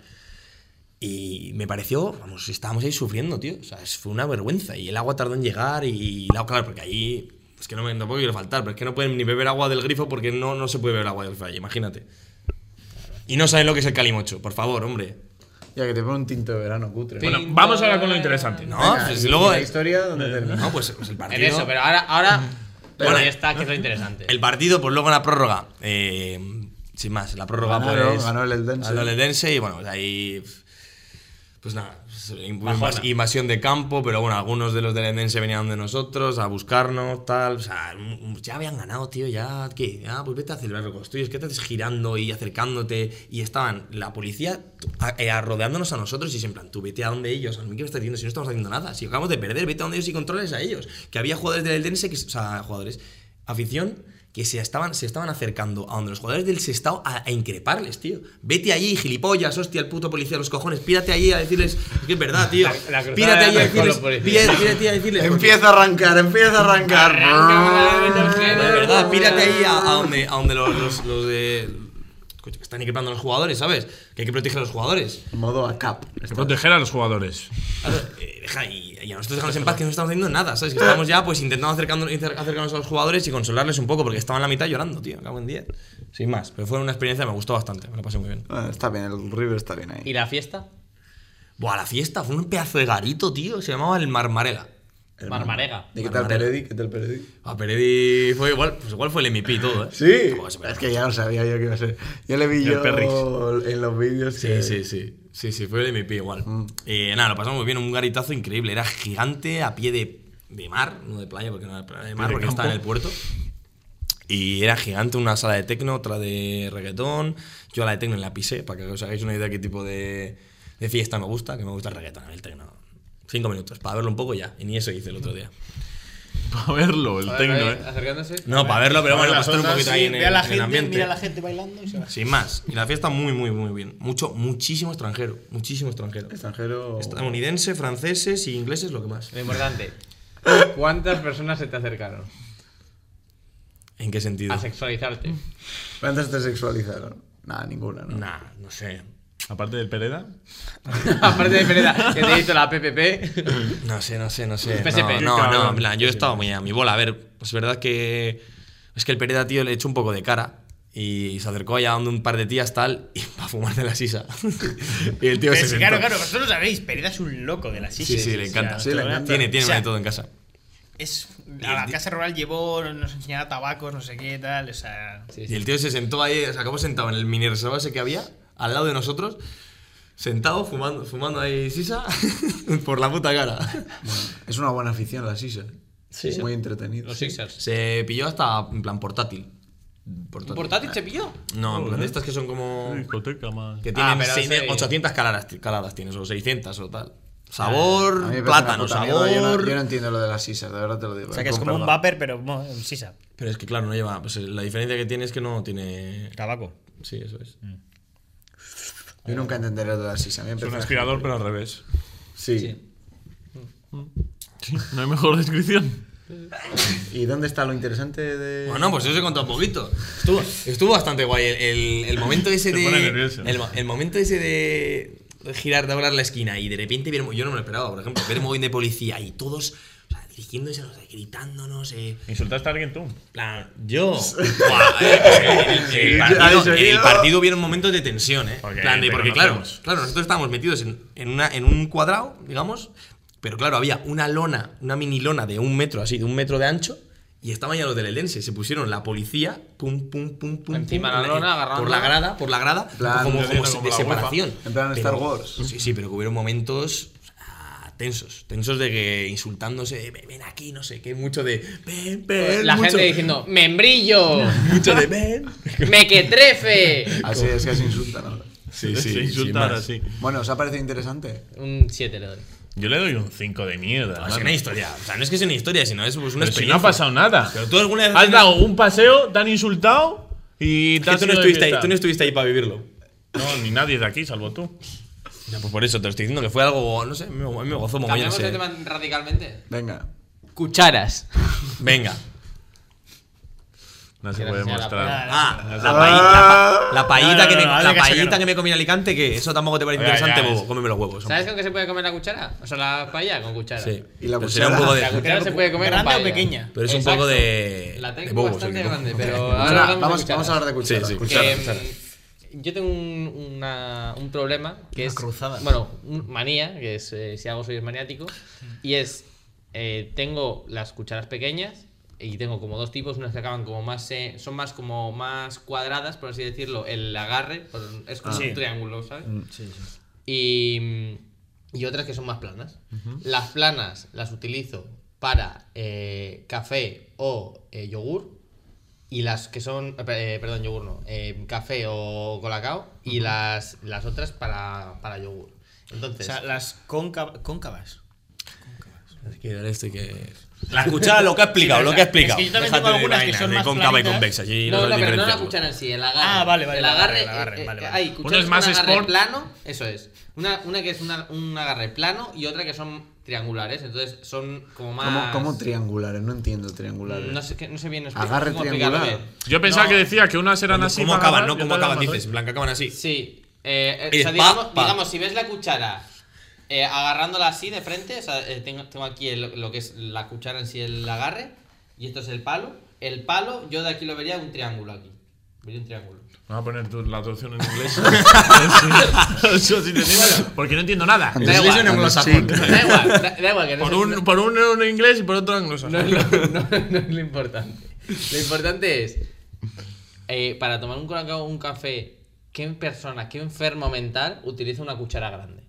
Speaker 5: Y me pareció, vamos, estábamos ahí sufriendo, tío. O sea, es- fue una vergüenza. Y el agua tardó en llegar y, la claro, porque allí, es que no me, tampoco quiero faltar, pero es que no pueden ni beber agua del grifo porque no, no se puede beber agua del grifo allí, imagínate. Y no saben lo que es el calimocho, por favor, hombre.
Speaker 1: Ya que te pone un tinto de verano cutre.
Speaker 6: Sí.
Speaker 3: Bueno, vamos ahora con lo interesante.
Speaker 5: No,
Speaker 1: Venga,
Speaker 5: pues
Speaker 1: y- y
Speaker 5: luego...
Speaker 1: La historia donde termina.
Speaker 5: No, pues, pues el
Speaker 6: En
Speaker 5: partido...
Speaker 6: eso, pero ahora, ahora
Speaker 5: Pero-
Speaker 6: bueno, ya está, que es lo interesante.
Speaker 5: El partido, pues luego en la prórroga. eh, sin más, la prórroga
Speaker 1: Ganaron,
Speaker 5: pues.
Speaker 1: ganó el Eldense.
Speaker 5: ganó el Eldense y bueno, pues ahí. Pues nada, pues, invas-
Speaker 6: Bajona.
Speaker 5: invasión de campo, pero bueno, algunos de los del Eldense venían de nosotros a buscarnos, tal. O sea, mm, ya habían ganado, tío, ya. ¿Qué? Ah, pues vete a celebrar con los tuyos, que te estás girando y acercándote. Y estaban la policía a- eh, a- rodeándonos a nosotros y es en plan, tú vete a donde ellos. A mí qué me estás diciendo si no estamos haciendo nada. Si acabamos de perder, vete a donde ellos y controles a ellos. Que había jugadores del Eldense, que, s- o sea, jugadores, afición, que se estaban, se estaban acercando a donde los jugadores del Sestao a, a increparles, tío. Vete allí, gilipollas, hostia, el puto policía de los cojones. Pírate allí a decirles. Es que es verdad, tío.
Speaker 6: La- la cruzada
Speaker 5: pírate
Speaker 6: de
Speaker 5: allí a
Speaker 6: armas con
Speaker 5: decirles.
Speaker 6: los policías.
Speaker 5: pírate- Pírate allí a decirles. porque-
Speaker 1: Empieza a arrancar, empieza a arrancar.
Speaker 5: no, de verdad, pírate ahí a, a donde, a donde los, los- los de. coño, que están equipando a los jugadores, ¿sabes? Que hay que proteger a los jugadores.
Speaker 1: Modo a cap.
Speaker 3: Que proteger a los jugadores.
Speaker 5: Claro, eh, deja- y, y a nosotros dejarnos en paz, que no estamos haciendo nada, ¿sabes? Que estamos ya pues intentando acercándonos, acer- acercarnos a los jugadores y consolarles un poco, porque estaban en la mitad llorando, tío, me cago en 10. Sin más, pero fue una experiencia que me gustó bastante, me la pasé muy bien.
Speaker 1: Ah, está bien, el River está bien
Speaker 6: ¿Y
Speaker 1: ahí.
Speaker 6: la fiesta?
Speaker 5: Buah, la fiesta, fue un pedazo de garito, tío, se llamaba el Marmarela.
Speaker 6: Marmarega.
Speaker 1: ¿Y qué tal Peredi? ¿Qué tal Peredi?
Speaker 5: A Peredi fue igual, pues igual fue el MVP y todo, ¿eh? Joder, se me-
Speaker 1: Es que ya lo sabía yo que iba a ser. Yo le vi
Speaker 3: El
Speaker 1: yo
Speaker 3: Perris.
Speaker 1: en los vídeos.
Speaker 5: Sí,
Speaker 4: Eh,
Speaker 1: que-
Speaker 5: sí, sí. Sí, sí, fue el MVP igual.
Speaker 4: Mm.
Speaker 5: Eh, nada, lo pasamos muy bien, un garitazo increíble. Era gigante a pie de, de mar, no de playa, porque no era playa de mar,
Speaker 3: de
Speaker 5: porque
Speaker 3: campo.
Speaker 5: estaba en el puerto. Y era gigante, una sala de tecno, otra de reggaetón. Yo la de tecno la pisé, para que os hagáis una idea de qué tipo de, de fiesta me gusta, que me gusta el reggaetón, a mí el tecno. Cinco minutos, para verlo un poco ya. Y ni eso hice el otro día.
Speaker 3: Para verlo, el tecno,
Speaker 6: Ahí,
Speaker 3: ¿eh?
Speaker 6: Acercándose.
Speaker 5: No, para verlo, pero
Speaker 3: para
Speaker 5: bueno,
Speaker 3: ver
Speaker 5: para
Speaker 3: las
Speaker 5: estar un
Speaker 3: ondas,
Speaker 5: poquito
Speaker 3: sí,
Speaker 5: ahí en el,
Speaker 4: Ve a la
Speaker 5: en el
Speaker 4: gente,
Speaker 5: ambiente.
Speaker 4: mira a la gente bailando. y se va.
Speaker 5: Sin más. Y la fiesta muy, muy, muy bien. Mucho, muchísimo extranjero. Muchísimo extranjero.
Speaker 1: Extranjero.
Speaker 5: Estadounidense, franceses y ingleses, lo que más.
Speaker 6: Lo importante. ¿Cuántas personas se te acercaron
Speaker 5: ¿En qué sentido?
Speaker 4: Ah,
Speaker 6: a sexualizarte?
Speaker 1: ¿Cuántas te sexualizaron? Nada, ninguna, ¿no?
Speaker 5: Nah, no sé.
Speaker 3: Aparte del Pereda.
Speaker 6: Aparte de Pereda, que te he dicho la PPP.
Speaker 5: No sé, no sé, no sé.
Speaker 6: PSP.
Speaker 5: No, no, no,
Speaker 3: Cabrón.
Speaker 5: en plan, yo he estado muy a mi bola. A ver, es verdad que. Es que el Pereda, tío, le echó un poco de cara. Y se acercó allá donde un par de tías tal. Y para fumar de la sisa. y el tío
Speaker 4: Pero
Speaker 5: se
Speaker 4: sí,
Speaker 5: sentó.
Speaker 4: claro, claro, vosotros lo sabéis, Pereda es un loco de la
Speaker 5: Sí,
Speaker 4: silla.
Speaker 5: sí, le encanta.
Speaker 1: sí, le encanta.
Speaker 5: Tiene, tiene
Speaker 4: O sea,
Speaker 5: de todo en casa.
Speaker 4: Es, a la casa rural llevó, nos enseñaba tabacos, no sé qué, tal, o sea...
Speaker 6: Sí,
Speaker 5: Y
Speaker 6: sí.
Speaker 5: el tío se sentó ahí, se acabó sentado en el mini reserva ese que había, al lado de nosotros, sentado, fumando, fumando ahí sisa, por la puta cara.
Speaker 1: Es una buena afición la Sisa. Sí. Muy entretenido.
Speaker 6: Los Sixers.
Speaker 5: Se pilló hasta en plan portátil. Portátil.
Speaker 6: ¿Un portátil se pilló?
Speaker 5: No, en plan de estas que son como.
Speaker 3: Discoteca más.
Speaker 5: que
Speaker 1: Ah,
Speaker 5: tienen
Speaker 6: pero
Speaker 5: 600,
Speaker 6: ese-
Speaker 5: 800 caladas, caladas tienes, o 600 o tal.
Speaker 1: Ah, A mí me
Speaker 5: Sabor,
Speaker 1: parece
Speaker 5: plátano,
Speaker 1: una puta mierda, Yo no, yo no
Speaker 5: sabor.
Speaker 1: entiendo lo de las Sisas, de verdad te lo digo. eh,
Speaker 4: O sea, que es
Speaker 1: Con
Speaker 4: como un
Speaker 1: perdón.
Speaker 4: vapor, pero bueno, en sisa,
Speaker 5: Pero es que claro, no lleva. Pues la diferencia que tiene es que no tiene.
Speaker 4: tabaco.
Speaker 5: Sí, eso es.
Speaker 1: Mm. Yo nunca entenderé lo de las Sisas.
Speaker 3: Es un aspirador, pero al revés.
Speaker 1: Sí.
Speaker 3: Sí, no hay mejor descripción.
Speaker 1: ¿Y dónde está lo interesante de.?
Speaker 5: Bueno, pues yo os he contado un poquito. Estuvo, estuvo bastante guay el, el- el momento ese
Speaker 3: Te
Speaker 5: de.
Speaker 3: pone nervioso.
Speaker 5: El, mo- el momento ese de girar, de hablar la esquina y de repente ver. Yo no me lo esperaba, por ejemplo, ver móvil de policía y todos o sea, dirigiéndose, o sea, gritándonos. Eh,
Speaker 3: ¿Insultaste a alguien tú?
Speaker 5: plan, yo. Buah, eh, el, el
Speaker 1: Sí,
Speaker 5: partido,
Speaker 1: yo-
Speaker 5: en el
Speaker 1: yo-
Speaker 5: partido hubieron momentos de tensión, ¿eh?
Speaker 3: Porque
Speaker 5: Plan de-
Speaker 3: te
Speaker 5: porque claro,
Speaker 3: conocemos.
Speaker 5: claro, nosotros estábamos metidos en, en una, en un cuadrado, digamos, pero claro, había una lona, una mini lona de un metro así, de un metro de ancho. Y estaban ya los del Eldense, se pusieron la policía, pum, pum, pum, pum.
Speaker 6: Encima
Speaker 5: pum, eh,
Speaker 6: la lona,
Speaker 5: Por
Speaker 6: agarrando.
Speaker 5: la grada, por la grada,
Speaker 1: plan,
Speaker 5: como, como
Speaker 3: como
Speaker 5: de
Speaker 3: la
Speaker 5: separación.
Speaker 1: En plan Star Wars.
Speaker 5: Sí, sí, pero que hubieron momentos o sea, tensos, tensos de que insultándose, "Ven- ven aquí, no sé qué, mucho de, ven, ven,
Speaker 6: La
Speaker 5: mucho-
Speaker 6: gente diciendo, "Ah". membrillo,
Speaker 5: mucho de ven.
Speaker 6: mequetrefe.
Speaker 1: Así es que se insultan ahora.
Speaker 5: Sí,
Speaker 3: Se
Speaker 5: sí,
Speaker 3: Insultar así.
Speaker 1: Bueno, ¿os ha parecido interesante?
Speaker 6: Un 7 le doy.
Speaker 3: Yo le doy un 5 de mierda.
Speaker 5: es
Speaker 3: mano.
Speaker 5: una historia. O sea, no es que sea una historia, sino es pues, una
Speaker 3: Pero si no
Speaker 5: experiencia.
Speaker 3: ha pasado nada.
Speaker 5: Pero tú alguna vez.
Speaker 3: Has dado un paseo, te han insultado y te
Speaker 5: Es que
Speaker 3: has
Speaker 5: tú no,
Speaker 3: ido de
Speaker 5: estuviste ahí,
Speaker 3: fiesta.
Speaker 5: tú no estuviste ahí para vivirlo.
Speaker 3: No, ni nadie de aquí, salvo tú.
Speaker 5: Ya, pues por eso te lo estoy diciendo que fue algo. No sé, me, me gozó mogollón
Speaker 6: Cambiamos
Speaker 5: ese-
Speaker 6: de tema radicalmente.
Speaker 1: Venga.
Speaker 6: Cucharas.
Speaker 5: Venga.
Speaker 3: No se
Speaker 6: Quiero
Speaker 3: puede
Speaker 6: enseñar la
Speaker 3: mostrar.
Speaker 4: palabra.
Speaker 5: Ah, la,
Speaker 1: Ah.
Speaker 5: paí- la, pa- la paellita
Speaker 4: No, no,
Speaker 5: que, me-
Speaker 4: no, hazle
Speaker 5: la
Speaker 4: caso que
Speaker 5: paellita
Speaker 4: no.
Speaker 5: que me comí en Alicante, que eso tampoco te parece
Speaker 3: Oiga,
Speaker 5: interesante,
Speaker 3: ya,
Speaker 5: bobo.
Speaker 3: es-
Speaker 5: Cómeme los huevos. hombre.
Speaker 6: ¿Sabes con qué se puede comer la cuchara? O sea, la paella con cuchara.
Speaker 5: Sí.
Speaker 1: ¿Y la
Speaker 5: Pero será un
Speaker 1: cuchara?
Speaker 5: poco
Speaker 6: La
Speaker 5: de.
Speaker 6: cuchara se puede comer con
Speaker 4: ¿Grande o
Speaker 6: paella.
Speaker 4: pequeña?
Speaker 5: Pero es un
Speaker 6: Exacto.
Speaker 5: poco de.
Speaker 6: La tengo
Speaker 5: de bobos,
Speaker 6: bastante
Speaker 5: aquí.
Speaker 6: grande, pero
Speaker 1: Pues
Speaker 6: ahora
Speaker 1: nada,
Speaker 6: hablamos de
Speaker 1: vamos,
Speaker 6: cucharas.
Speaker 1: vamos a hablar de cucharas.
Speaker 5: Sí, sí,
Speaker 1: Cucharas.
Speaker 6: Que, mm, Em, yo tengo un, una- un problema que es.
Speaker 4: cruzada.
Speaker 6: Bueno, un- manía, que es eh, si hago soy es maniático.
Speaker 4: Mm.
Speaker 6: Y es. eh, tengo las cucharas pequeñas y tengo como dos tipos, unas que acaban como más. eh, son más como más cuadradas, por así decirlo. El agarre por- es como
Speaker 4: Ah. Sí.
Speaker 6: un triángulo, ¿sabes?
Speaker 4: Sí, sí.
Speaker 6: Y, mm, y otras que son más planas. Las planas las utilizo para eh, café o eh, yogur. Y las que son. eh, pe- eh, perdón, yogur no. eh, café o colacao. Y las, las otras para, para yogur.
Speaker 4: O
Speaker 6: Entonces.
Speaker 4: sea, las cóncava- cóncavas.
Speaker 5: Es que ahora estoy que. La cuchara, lo que ha explicado,
Speaker 7: Sí,
Speaker 5: lo que ha
Speaker 7: es que yo
Speaker 5: explicado.
Speaker 7: también
Speaker 5: Déjate
Speaker 7: tengo
Speaker 5: de
Speaker 7: algunas que
Speaker 5: vainas
Speaker 7: son
Speaker 5: de
Speaker 7: más
Speaker 5: cóncava y
Speaker 7: claritas.
Speaker 5: convexa. allí
Speaker 6: No, no, pero no la
Speaker 5: diferenciamos.
Speaker 6: cuchara en sí, el agarre.
Speaker 4: Ah, vale, vale,
Speaker 6: El
Speaker 4: vale,
Speaker 6: agarre,
Speaker 4: el agarre,
Speaker 6: eh,
Speaker 4: vale,
Speaker 6: eh,
Speaker 4: vale.
Speaker 6: hay
Speaker 4: Uno
Speaker 3: es
Speaker 6: cucharas
Speaker 3: más
Speaker 6: con agarre
Speaker 3: sport.
Speaker 6: plano, eso es. Una, una que es una- un agarre plano y otra que son triangulares, entonces son como
Speaker 1: ¿Cómo,
Speaker 6: más...
Speaker 1: cómo triangulares? No entiendo triangulares.
Speaker 6: No sé, qué- no sé bien explicar-
Speaker 1: Agarre
Speaker 6: cómo explicarlo
Speaker 1: triangular.
Speaker 6: bien.
Speaker 3: Yo pensaba que decía que unas eran
Speaker 5: ¿Cómo,
Speaker 3: así.
Speaker 5: cómo
Speaker 3: para
Speaker 5: acaban,
Speaker 3: agarrar
Speaker 5: no?
Speaker 3: y
Speaker 5: ¿Cómo
Speaker 3: otras
Speaker 5: acaban?
Speaker 3: las otras.
Speaker 5: Dices, en blanca acaban así.
Speaker 6: Sí, eh,
Speaker 5: Y
Speaker 6: eh, o sea,
Speaker 5: pa,
Speaker 6: digamos,
Speaker 5: pa.
Speaker 6: digamos, si ves la cuchara eh, agarrándola así de frente, o sea, eh, tengo, tengo aquí el- lo que es la cuchara en sí, el agarre, y esto es el palo. El palo, yo de aquí lo vería un triángulo aquí. Vería un triángulo.
Speaker 3: Vamos a poner tu- la traducción en inglés. Sí. Eso sí te entiendo, Porque no entiendo nada.
Speaker 6: Da
Speaker 1: Entonces,
Speaker 6: igual.
Speaker 1: en anglosajón.
Speaker 6: Pues Da igual, da, da igual que no
Speaker 3: Por
Speaker 6: sé-
Speaker 3: un, por un en inglés y por otro anglosajón.
Speaker 6: No, es lo- no- no es lo importante. Lo importante es, eh, para tomar un, curacao, un café, ¿qué persona, qué enfermo mental utiliza una cuchara grande?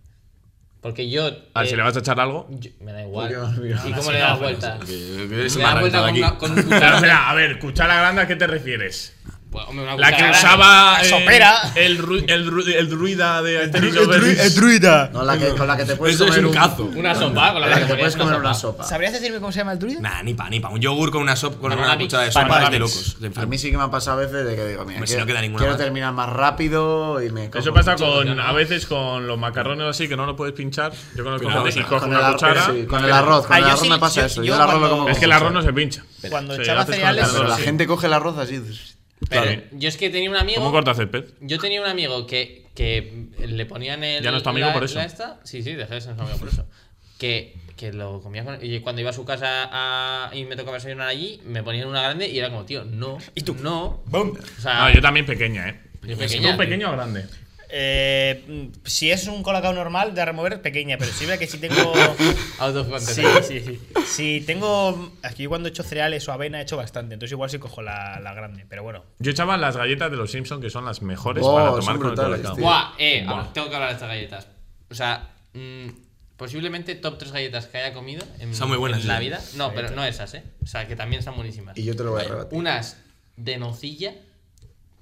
Speaker 6: Porque yo...
Speaker 3: Ah,
Speaker 6: eh,
Speaker 3: si le vas a echar algo.
Speaker 6: yo- me da igual.
Speaker 1: Porque, mira.
Speaker 6: ¿Y cómo
Speaker 4: sí,
Speaker 6: le das
Speaker 4: no, pero
Speaker 6: vuelta?
Speaker 5: Es
Speaker 6: Le das vuelta con, una, con un
Speaker 3: Claro,
Speaker 6: cuchara.
Speaker 3: espera, a ver, cuchara grande, ¿a qué te refieres?
Speaker 6: Bueno, hombre, una
Speaker 3: La que
Speaker 6: cuchara
Speaker 3: usaba.
Speaker 4: La
Speaker 3: eh,
Speaker 4: sopera.
Speaker 3: el, ru- el, ru- el druida de Asterix Obelix.
Speaker 5: druida.
Speaker 1: No, la que, con la que te puedes
Speaker 5: Eso es
Speaker 1: comer
Speaker 5: un cazo.
Speaker 6: grande. Una sopa, con
Speaker 1: Ah, Con
Speaker 6: la,
Speaker 1: la
Speaker 6: que
Speaker 1: que te puedes comer una
Speaker 6: sopa.
Speaker 1: sopa.
Speaker 4: ¿Sabrías decirme cómo se llama el druida?
Speaker 5: Nah, ni pa, ni pa. Un yogur con una, sop, con
Speaker 6: Banana
Speaker 5: una cuchara de
Speaker 6: mix.
Speaker 5: sopa
Speaker 3: Banana
Speaker 5: es de
Speaker 3: mix.
Speaker 5: locos. de
Speaker 1: A mí
Speaker 5: enfermos.
Speaker 1: sí que me ha pasado a veces de que digo, mira,
Speaker 5: Hombre, si
Speaker 1: quiero,
Speaker 5: no queda ninguna
Speaker 1: quiero
Speaker 5: más.
Speaker 1: terminar más rápido y me
Speaker 3: Eso
Speaker 1: como
Speaker 3: pasa
Speaker 6: mucho,
Speaker 3: con
Speaker 6: ¿no?
Speaker 3: a veces con los macarrones así que no lo puedes pinchar. Yo conozco gente
Speaker 5: Pero, o
Speaker 3: que
Speaker 5: sea,
Speaker 3: coge
Speaker 1: con
Speaker 3: una
Speaker 1: el ar-
Speaker 3: cuchara.
Speaker 1: sí, con el arroz, con
Speaker 4: Ah,
Speaker 1: el
Speaker 4: yo
Speaker 1: arroz
Speaker 4: sí-
Speaker 1: me pasa
Speaker 4: yo-
Speaker 1: eso.
Speaker 4: yo
Speaker 1: Yo el arroz
Speaker 4: cuando-
Speaker 1: lo como
Speaker 3: Es
Speaker 1: con
Speaker 3: que el arroz no se
Speaker 1: cuchara.
Speaker 3: pincha.
Speaker 4: Cuando
Speaker 3: Sí,
Speaker 4: echaba
Speaker 3: haces con el
Speaker 4: cereales-
Speaker 3: tenedor,
Speaker 1: Pero la
Speaker 3: sí.
Speaker 1: gente coge el arroz así.
Speaker 6: Pero yo es que tenía un amigo...
Speaker 3: ¿Cómo corta césped?
Speaker 6: Yo tenía un amigo que, que le ponían el.
Speaker 3: Ya no es tu amigo
Speaker 6: la-
Speaker 3: por eso.
Speaker 6: la esta- Sí, sí, dejé de ser su amigo por eso. Que, que lo comía con. Y cuando iba a su casa a- y me tocaba desayunar allí, me ponían una grande y era como, tío, no. ¿Y tú? No. O sea,
Speaker 4: Ah.
Speaker 3: No, yo también pequeña, ¿eh?
Speaker 6: Yo
Speaker 3: ¿Es
Speaker 6: pequeña.
Speaker 3: tú pequeño o grande?
Speaker 4: Eh, mm, si es un colacao normal de remover, pequeña, pero sí veo que si tengo.
Speaker 6: autocontrol.
Speaker 4: sí, sí, sí. Si tengo. Aquí cuando he hecho cereales o avena he hecho bastante, entonces igual sí cojo la, la grande, pero bueno.
Speaker 3: Yo echaba las galletas de los Simpsons, que son las mejores
Speaker 1: Oh,
Speaker 3: para
Speaker 1: son
Speaker 3: tomar con el
Speaker 1: brutales,
Speaker 3: colacao.
Speaker 5: Este,
Speaker 1: tío.
Speaker 6: Buah, eh,
Speaker 3: Buah.
Speaker 6: tengo que hablar de estas galletas. O sea, mm, posiblemente top 3 galletas que haya comido en,
Speaker 5: Son muy buenas,
Speaker 6: en la
Speaker 5: sí.
Speaker 6: vida. No, pero no esas, eh. O sea, que también están buenísimas.
Speaker 1: Y yo te lo voy a rebatir.
Speaker 6: Unas de nocilla.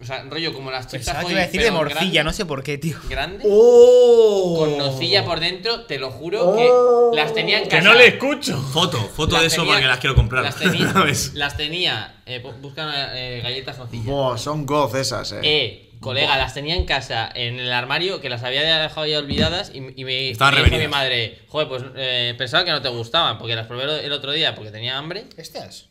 Speaker 6: O sea, rollo como las chicas.
Speaker 4: Pensaba que iba a decir de morcilla, no sé por qué, tío.
Speaker 6: grande
Speaker 1: ¡Oh!
Speaker 6: con nocilla por dentro, te lo juro
Speaker 1: Oh.
Speaker 6: que las tenía en casa.
Speaker 3: ¡Que no le escucho!
Speaker 5: Foto, foto
Speaker 6: Las
Speaker 5: de eso
Speaker 6: tenía-
Speaker 5: porque las quiero comprar.
Speaker 6: Las tenía,
Speaker 5: ¿Sabes?
Speaker 6: las tenía eh, bu- buscan eh, galletas nocilla.
Speaker 1: Buah, son goz esas, eh.
Speaker 6: Eh, colega, las tenía en casa, en el armario, que las había dejado ya olvidadas y, y me,
Speaker 5: Estaban
Speaker 6: me dijo mi
Speaker 5: revenidas.
Speaker 6: madre, joder, pues eh, pensaba que no te gustaban, porque las probé el otro día porque tenía hambre.
Speaker 4: Estas.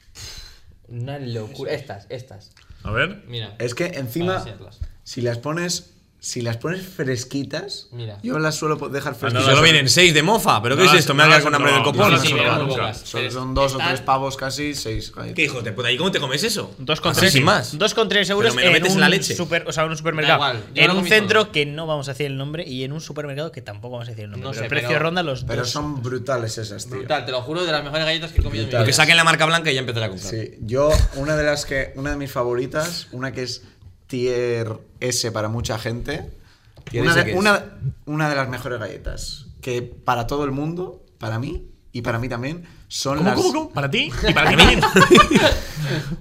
Speaker 6: Una locura. Estas, estas.
Speaker 3: A ver.
Speaker 6: Mira.
Speaker 1: Es que
Speaker 6: para
Speaker 1: encima,
Speaker 6: desearlas.
Speaker 1: si las pones. Si las pones fresquitas,
Speaker 6: Mira.
Speaker 1: yo las suelo po-
Speaker 5: Y
Speaker 1: dejar
Speaker 3: no
Speaker 1: fresquitas.
Speaker 3: las-
Speaker 5: solo vienen seis de mofa. ¿Pero
Speaker 3: No
Speaker 5: qué es
Speaker 3: las-
Speaker 5: esto?
Speaker 3: no
Speaker 5: Me voy a
Speaker 3: las-
Speaker 5: quedar con hambre
Speaker 3: no,
Speaker 5: de
Speaker 3: no
Speaker 5: copón.
Speaker 3: las-
Speaker 6: Sí,
Speaker 3: no
Speaker 6: pero
Speaker 3: las-
Speaker 6: muy
Speaker 3: nunca.
Speaker 6: pocas.
Speaker 1: son,
Speaker 6: Pero
Speaker 1: son dos o
Speaker 6: están-
Speaker 1: tres pavos casi, seis. galletas.
Speaker 5: ¿Qué hijo de puta? ¿Y cómo te comes eso?
Speaker 4: Dos con
Speaker 5: Así Ah,
Speaker 4: tres-
Speaker 5: sin más.
Speaker 4: Dos con tres euros
Speaker 5: Pero me lo metes
Speaker 4: en,
Speaker 5: en
Speaker 4: un
Speaker 5: la leche.
Speaker 4: super- o sea, en un supermercado.
Speaker 6: Da igual, yo
Speaker 4: en
Speaker 6: lo
Speaker 4: un
Speaker 6: comí
Speaker 4: centro
Speaker 6: todo.
Speaker 4: que no vamos a decir el nombre y en un supermercado que tampoco vamos a decir el nombre.
Speaker 6: No
Speaker 4: pero
Speaker 6: sé,
Speaker 4: el precio
Speaker 6: pero-
Speaker 4: ronda los
Speaker 1: Pero
Speaker 4: dos.
Speaker 1: son brutales esas, tío.
Speaker 6: Brutal, te lo juro, de las mejores galletas que he comido en mi
Speaker 1: Brutal.
Speaker 6: vida.
Speaker 5: Que saquen la marca blanca y ya empezaré a comprar.
Speaker 1: Sí, yo una de las que una de mis favoritas, una que es tier S para mucha gente,
Speaker 5: Tier
Speaker 1: una
Speaker 5: S
Speaker 1: de,
Speaker 5: qué es?
Speaker 1: una- una de las mejores galletas que para todo el mundo, para mí y para mí también son
Speaker 3: ¿Cómo,
Speaker 1: las
Speaker 3: cómo, cómo? ¿Para ti? ¿Y para mí?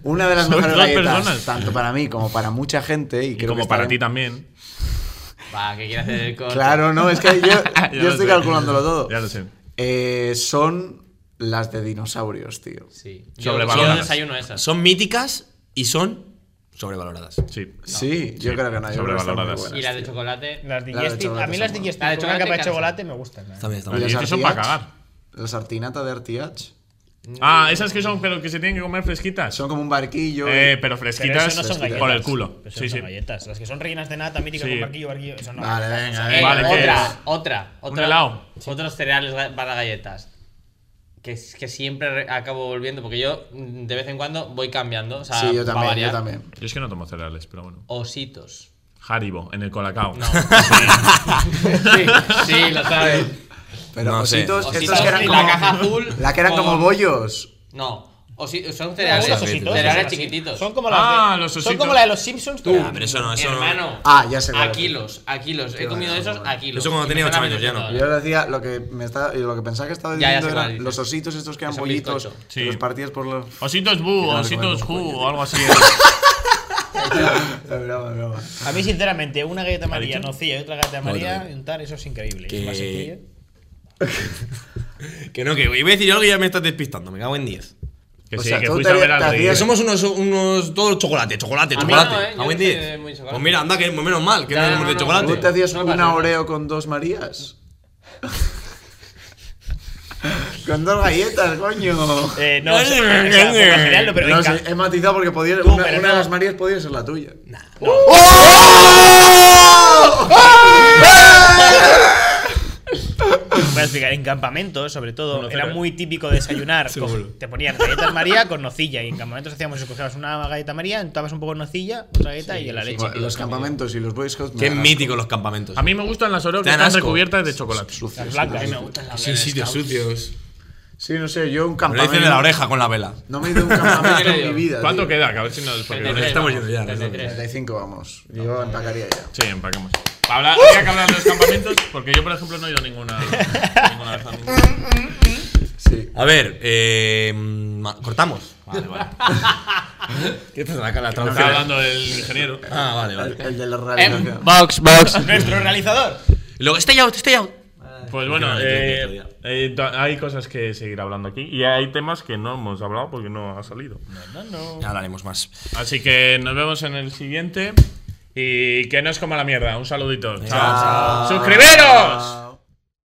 Speaker 1: una de las
Speaker 3: Son
Speaker 1: mejores
Speaker 3: dos
Speaker 1: galletas
Speaker 3: personas.
Speaker 1: tanto para mí como para mucha gente y,
Speaker 3: Y
Speaker 1: creo que
Speaker 3: como
Speaker 1: está
Speaker 3: para ti
Speaker 1: bien.
Speaker 3: también.
Speaker 6: Va, que quieres hacer el corte.
Speaker 1: Claro, no, es que yo,
Speaker 3: Ya
Speaker 1: yo
Speaker 3: lo
Speaker 1: estoy
Speaker 3: sé.
Speaker 1: calculándolo todo.
Speaker 3: Ya lo sé.
Speaker 1: Eh, son las de dinosaurios, tío.
Speaker 6: Sí. Yo, yo
Speaker 3: Sobrevaloradas.
Speaker 6: desayuno esas.
Speaker 5: Son míticas y son sobrevaloradas.
Speaker 3: Sí.
Speaker 1: sí, yo
Speaker 3: sí,
Speaker 1: creo que no. yo creo que están muy
Speaker 3: sobrevaloradas.
Speaker 6: y
Speaker 1: buenas,
Speaker 6: las de
Speaker 1: tío.
Speaker 6: chocolate.
Speaker 4: Las
Speaker 1: La de
Speaker 4: digestive, a
Speaker 1: chocolate
Speaker 4: mí
Speaker 1: son
Speaker 4: las
Speaker 1: buenas.
Speaker 4: digestive
Speaker 6: La de
Speaker 4: con una
Speaker 6: chocolate
Speaker 4: capa de
Speaker 6: cansa.
Speaker 4: chocolate me gustan. ¿eh?
Speaker 5: Está bien, está
Speaker 1: Y
Speaker 5: bien.
Speaker 1: las
Speaker 3: estos son
Speaker 1: RTH,
Speaker 3: para cagar.
Speaker 1: Las artinata de RTH.
Speaker 3: Ah, esas que son, pero que se tienen que comer fresquitas.
Speaker 1: Son como un barquillo.
Speaker 3: Eh, pero
Speaker 4: Pero
Speaker 3: fresquitas
Speaker 4: eso no son galletas.
Speaker 3: por el culo.
Speaker 4: Pero eso
Speaker 3: Sí,
Speaker 4: no son
Speaker 3: sí.
Speaker 4: galletas. Las que son rellenas de nata mítica
Speaker 3: Sí.
Speaker 4: con barquillo, barquillo. Eso no.
Speaker 1: Vale, venga,
Speaker 6: Eh,
Speaker 1: venga.
Speaker 3: Vale, ¿qué
Speaker 6: otra,
Speaker 3: es?
Speaker 6: otra, otra.
Speaker 3: helado.
Speaker 6: Otros cereales ga- para galletas. Que, es- que siempre re- acabo volviendo, porque yo mm, de vez en cuando voy cambiando. O sea,
Speaker 1: Sí, yo
Speaker 6: pa'
Speaker 1: también,
Speaker 6: variar.
Speaker 1: yo también.
Speaker 3: Yo es que no tomo cereales, pero bueno.
Speaker 6: Ositos.
Speaker 3: Haribo, en el colacao.
Speaker 6: Sí, sí, lo sabes.
Speaker 1: Pero
Speaker 5: No sé.
Speaker 1: ositos,
Speaker 6: Ositos,
Speaker 1: estos que eran
Speaker 6: y
Speaker 1: como.
Speaker 6: la caja azul.
Speaker 1: la que eran como
Speaker 6: con-
Speaker 1: bollos.
Speaker 6: No, osi- son
Speaker 4: Algunos
Speaker 6: cereales.
Speaker 5: ositos,
Speaker 4: ositos,
Speaker 6: cereales
Speaker 4: así.
Speaker 6: chiquititos.
Speaker 4: Son como las
Speaker 3: Ah,
Speaker 4: de,
Speaker 3: los
Speaker 4: son
Speaker 3: ositos.
Speaker 4: como la de los Simpsons. pero-
Speaker 5: Ah, pero eso no, eso no.
Speaker 6: Hermano.
Speaker 1: Ah, ya sé cuál
Speaker 6: A
Speaker 1: es.
Speaker 6: kilos, a kilos. He
Speaker 1: Qué
Speaker 6: comido
Speaker 1: bueno,
Speaker 6: esos
Speaker 1: bueno.
Speaker 6: a kilos.
Speaker 5: Eso cuando
Speaker 6: Y
Speaker 5: tenía
Speaker 6: me
Speaker 5: ocho
Speaker 6: saben
Speaker 5: años, ya no.
Speaker 6: ahora.
Speaker 1: Yo decía lo que me estaba, y lo que pensaba que estaba
Speaker 6: Ya, ya
Speaker 1: diciendo
Speaker 6: sé cuál
Speaker 1: eran
Speaker 6: dices.
Speaker 1: los ositos estos que eran
Speaker 6: Son
Speaker 1: bollitos.
Speaker 6: bizcocho.
Speaker 1: Que los
Speaker 3: Sí.
Speaker 1: partías por los.
Speaker 3: Ositos bu,
Speaker 1: Que no me
Speaker 3: ositos
Speaker 1: comen
Speaker 3: ju,
Speaker 1: con
Speaker 3: o algo así.
Speaker 1: Es broma, es broma.
Speaker 4: A mí, sinceramente, una galleta amarilla,
Speaker 3: dicho?
Speaker 4: nocilla y otra galleta amarilla,
Speaker 5: bien.
Speaker 4: untar, eso es increíble. Es más sencillo.
Speaker 5: Que Que no, que iba a decir algo y ya me estás despistando. Me cago en 10.
Speaker 3: Que
Speaker 1: O
Speaker 3: sí,
Speaker 1: sea,
Speaker 3: que
Speaker 1: tú
Speaker 3: fuiste a
Speaker 1: te-
Speaker 3: ver
Speaker 1: te
Speaker 3: al
Speaker 1: hacías-
Speaker 5: Que
Speaker 3: River.
Speaker 5: somos unos, unos. Todo chocolate, chocolate,
Speaker 6: A mí
Speaker 5: chocolate.
Speaker 6: no, eh,
Speaker 5: Cago
Speaker 6: yo
Speaker 5: en
Speaker 6: no soy
Speaker 5: 10.
Speaker 6: de muy chocolate.
Speaker 5: Pues mira, anda, que menos mal, que
Speaker 6: Ya,
Speaker 5: no
Speaker 6: no,
Speaker 5: somos de
Speaker 6: no,
Speaker 5: chocolate.
Speaker 1: ¿Tú te hacías
Speaker 6: No pasa
Speaker 1: una
Speaker 6: nada.
Speaker 1: Oreo con dos Marías? con dos galletas, coño.
Speaker 4: Eh, no, o sea, o sea, por lo general no, pero
Speaker 1: no,
Speaker 4: en ca-
Speaker 1: sí, he matizado porque podía,
Speaker 4: Tú,
Speaker 1: una,
Speaker 4: pero
Speaker 1: una
Speaker 4: no.
Speaker 1: de las Marías podía ser la tuya.
Speaker 4: voy a explicar, en campamentos, sobre todo,
Speaker 3: Uno cero,
Speaker 4: era
Speaker 3: eh.
Speaker 4: muy típico desayunar.
Speaker 5: Seguro.
Speaker 4: coge- te ponían galletas María con nocilla. Y en campamentos hacíamos, cogíamos una galleta María, entabas un poco de nocilla, otra galleta y la leche.
Speaker 1: Bueno, los campamentos y los Boy Scouts. me
Speaker 5: Qué
Speaker 1: dan
Speaker 5: míticos los campamentos.
Speaker 3: A mí me gustan las Oreo que
Speaker 5: Te dan
Speaker 3: están
Speaker 5: asco.
Speaker 3: recubiertas de chocolate.
Speaker 1: sucios,
Speaker 4: Las blancas, a mí
Speaker 1: sucios.
Speaker 4: me gustan las
Speaker 5: Son sitios sucios.
Speaker 1: Sí, no sé, yo un
Speaker 5: Me lo
Speaker 1: campamento.
Speaker 5: dicen de la oreja con la vela.
Speaker 1: No me he ido a un campamento en
Speaker 6: Medio.
Speaker 1: mi vida.
Speaker 3: ¿Cuánto
Speaker 1: tío.
Speaker 3: queda? Que a ver si nos. porque-
Speaker 6: 33,
Speaker 5: estamos
Speaker 6: vamos,
Speaker 5: yendo ya, nos
Speaker 6: 33.
Speaker 1: 35, vamos. Yo empacaría ya.
Speaker 3: Sí, empacamos. Habla, habría que hablar de los campamentos porque yo, por ejemplo, no he ido a ninguna. ninguna vez a ningún-
Speaker 1: Sí.
Speaker 5: A ver, eh. ma- Cortamos. Vale, vale. ¿Qué te saca la
Speaker 3: Estaba
Speaker 5: traducción?
Speaker 3: hablando del ingeniero.
Speaker 5: Ah, vale, vale.
Speaker 1: El, el de la
Speaker 6: Em,
Speaker 1: realización.
Speaker 6: Box, box.
Speaker 4: Nuestro realizador.
Speaker 5: Y luego, stay out, stay out.
Speaker 3: Pues bueno,
Speaker 5: Porque no hay
Speaker 3: eh,
Speaker 5: tiempo
Speaker 3: eh, to- hay cosas que seguir hablando aquí y hay temas que no hemos hablado porque no ha salido.
Speaker 5: Ya hablaremos más.
Speaker 3: Así que nos vemos en el siguiente y que no es como la mierda. Un saludito. Chao.
Speaker 5: Chao.
Speaker 3: ¡Suscribiros!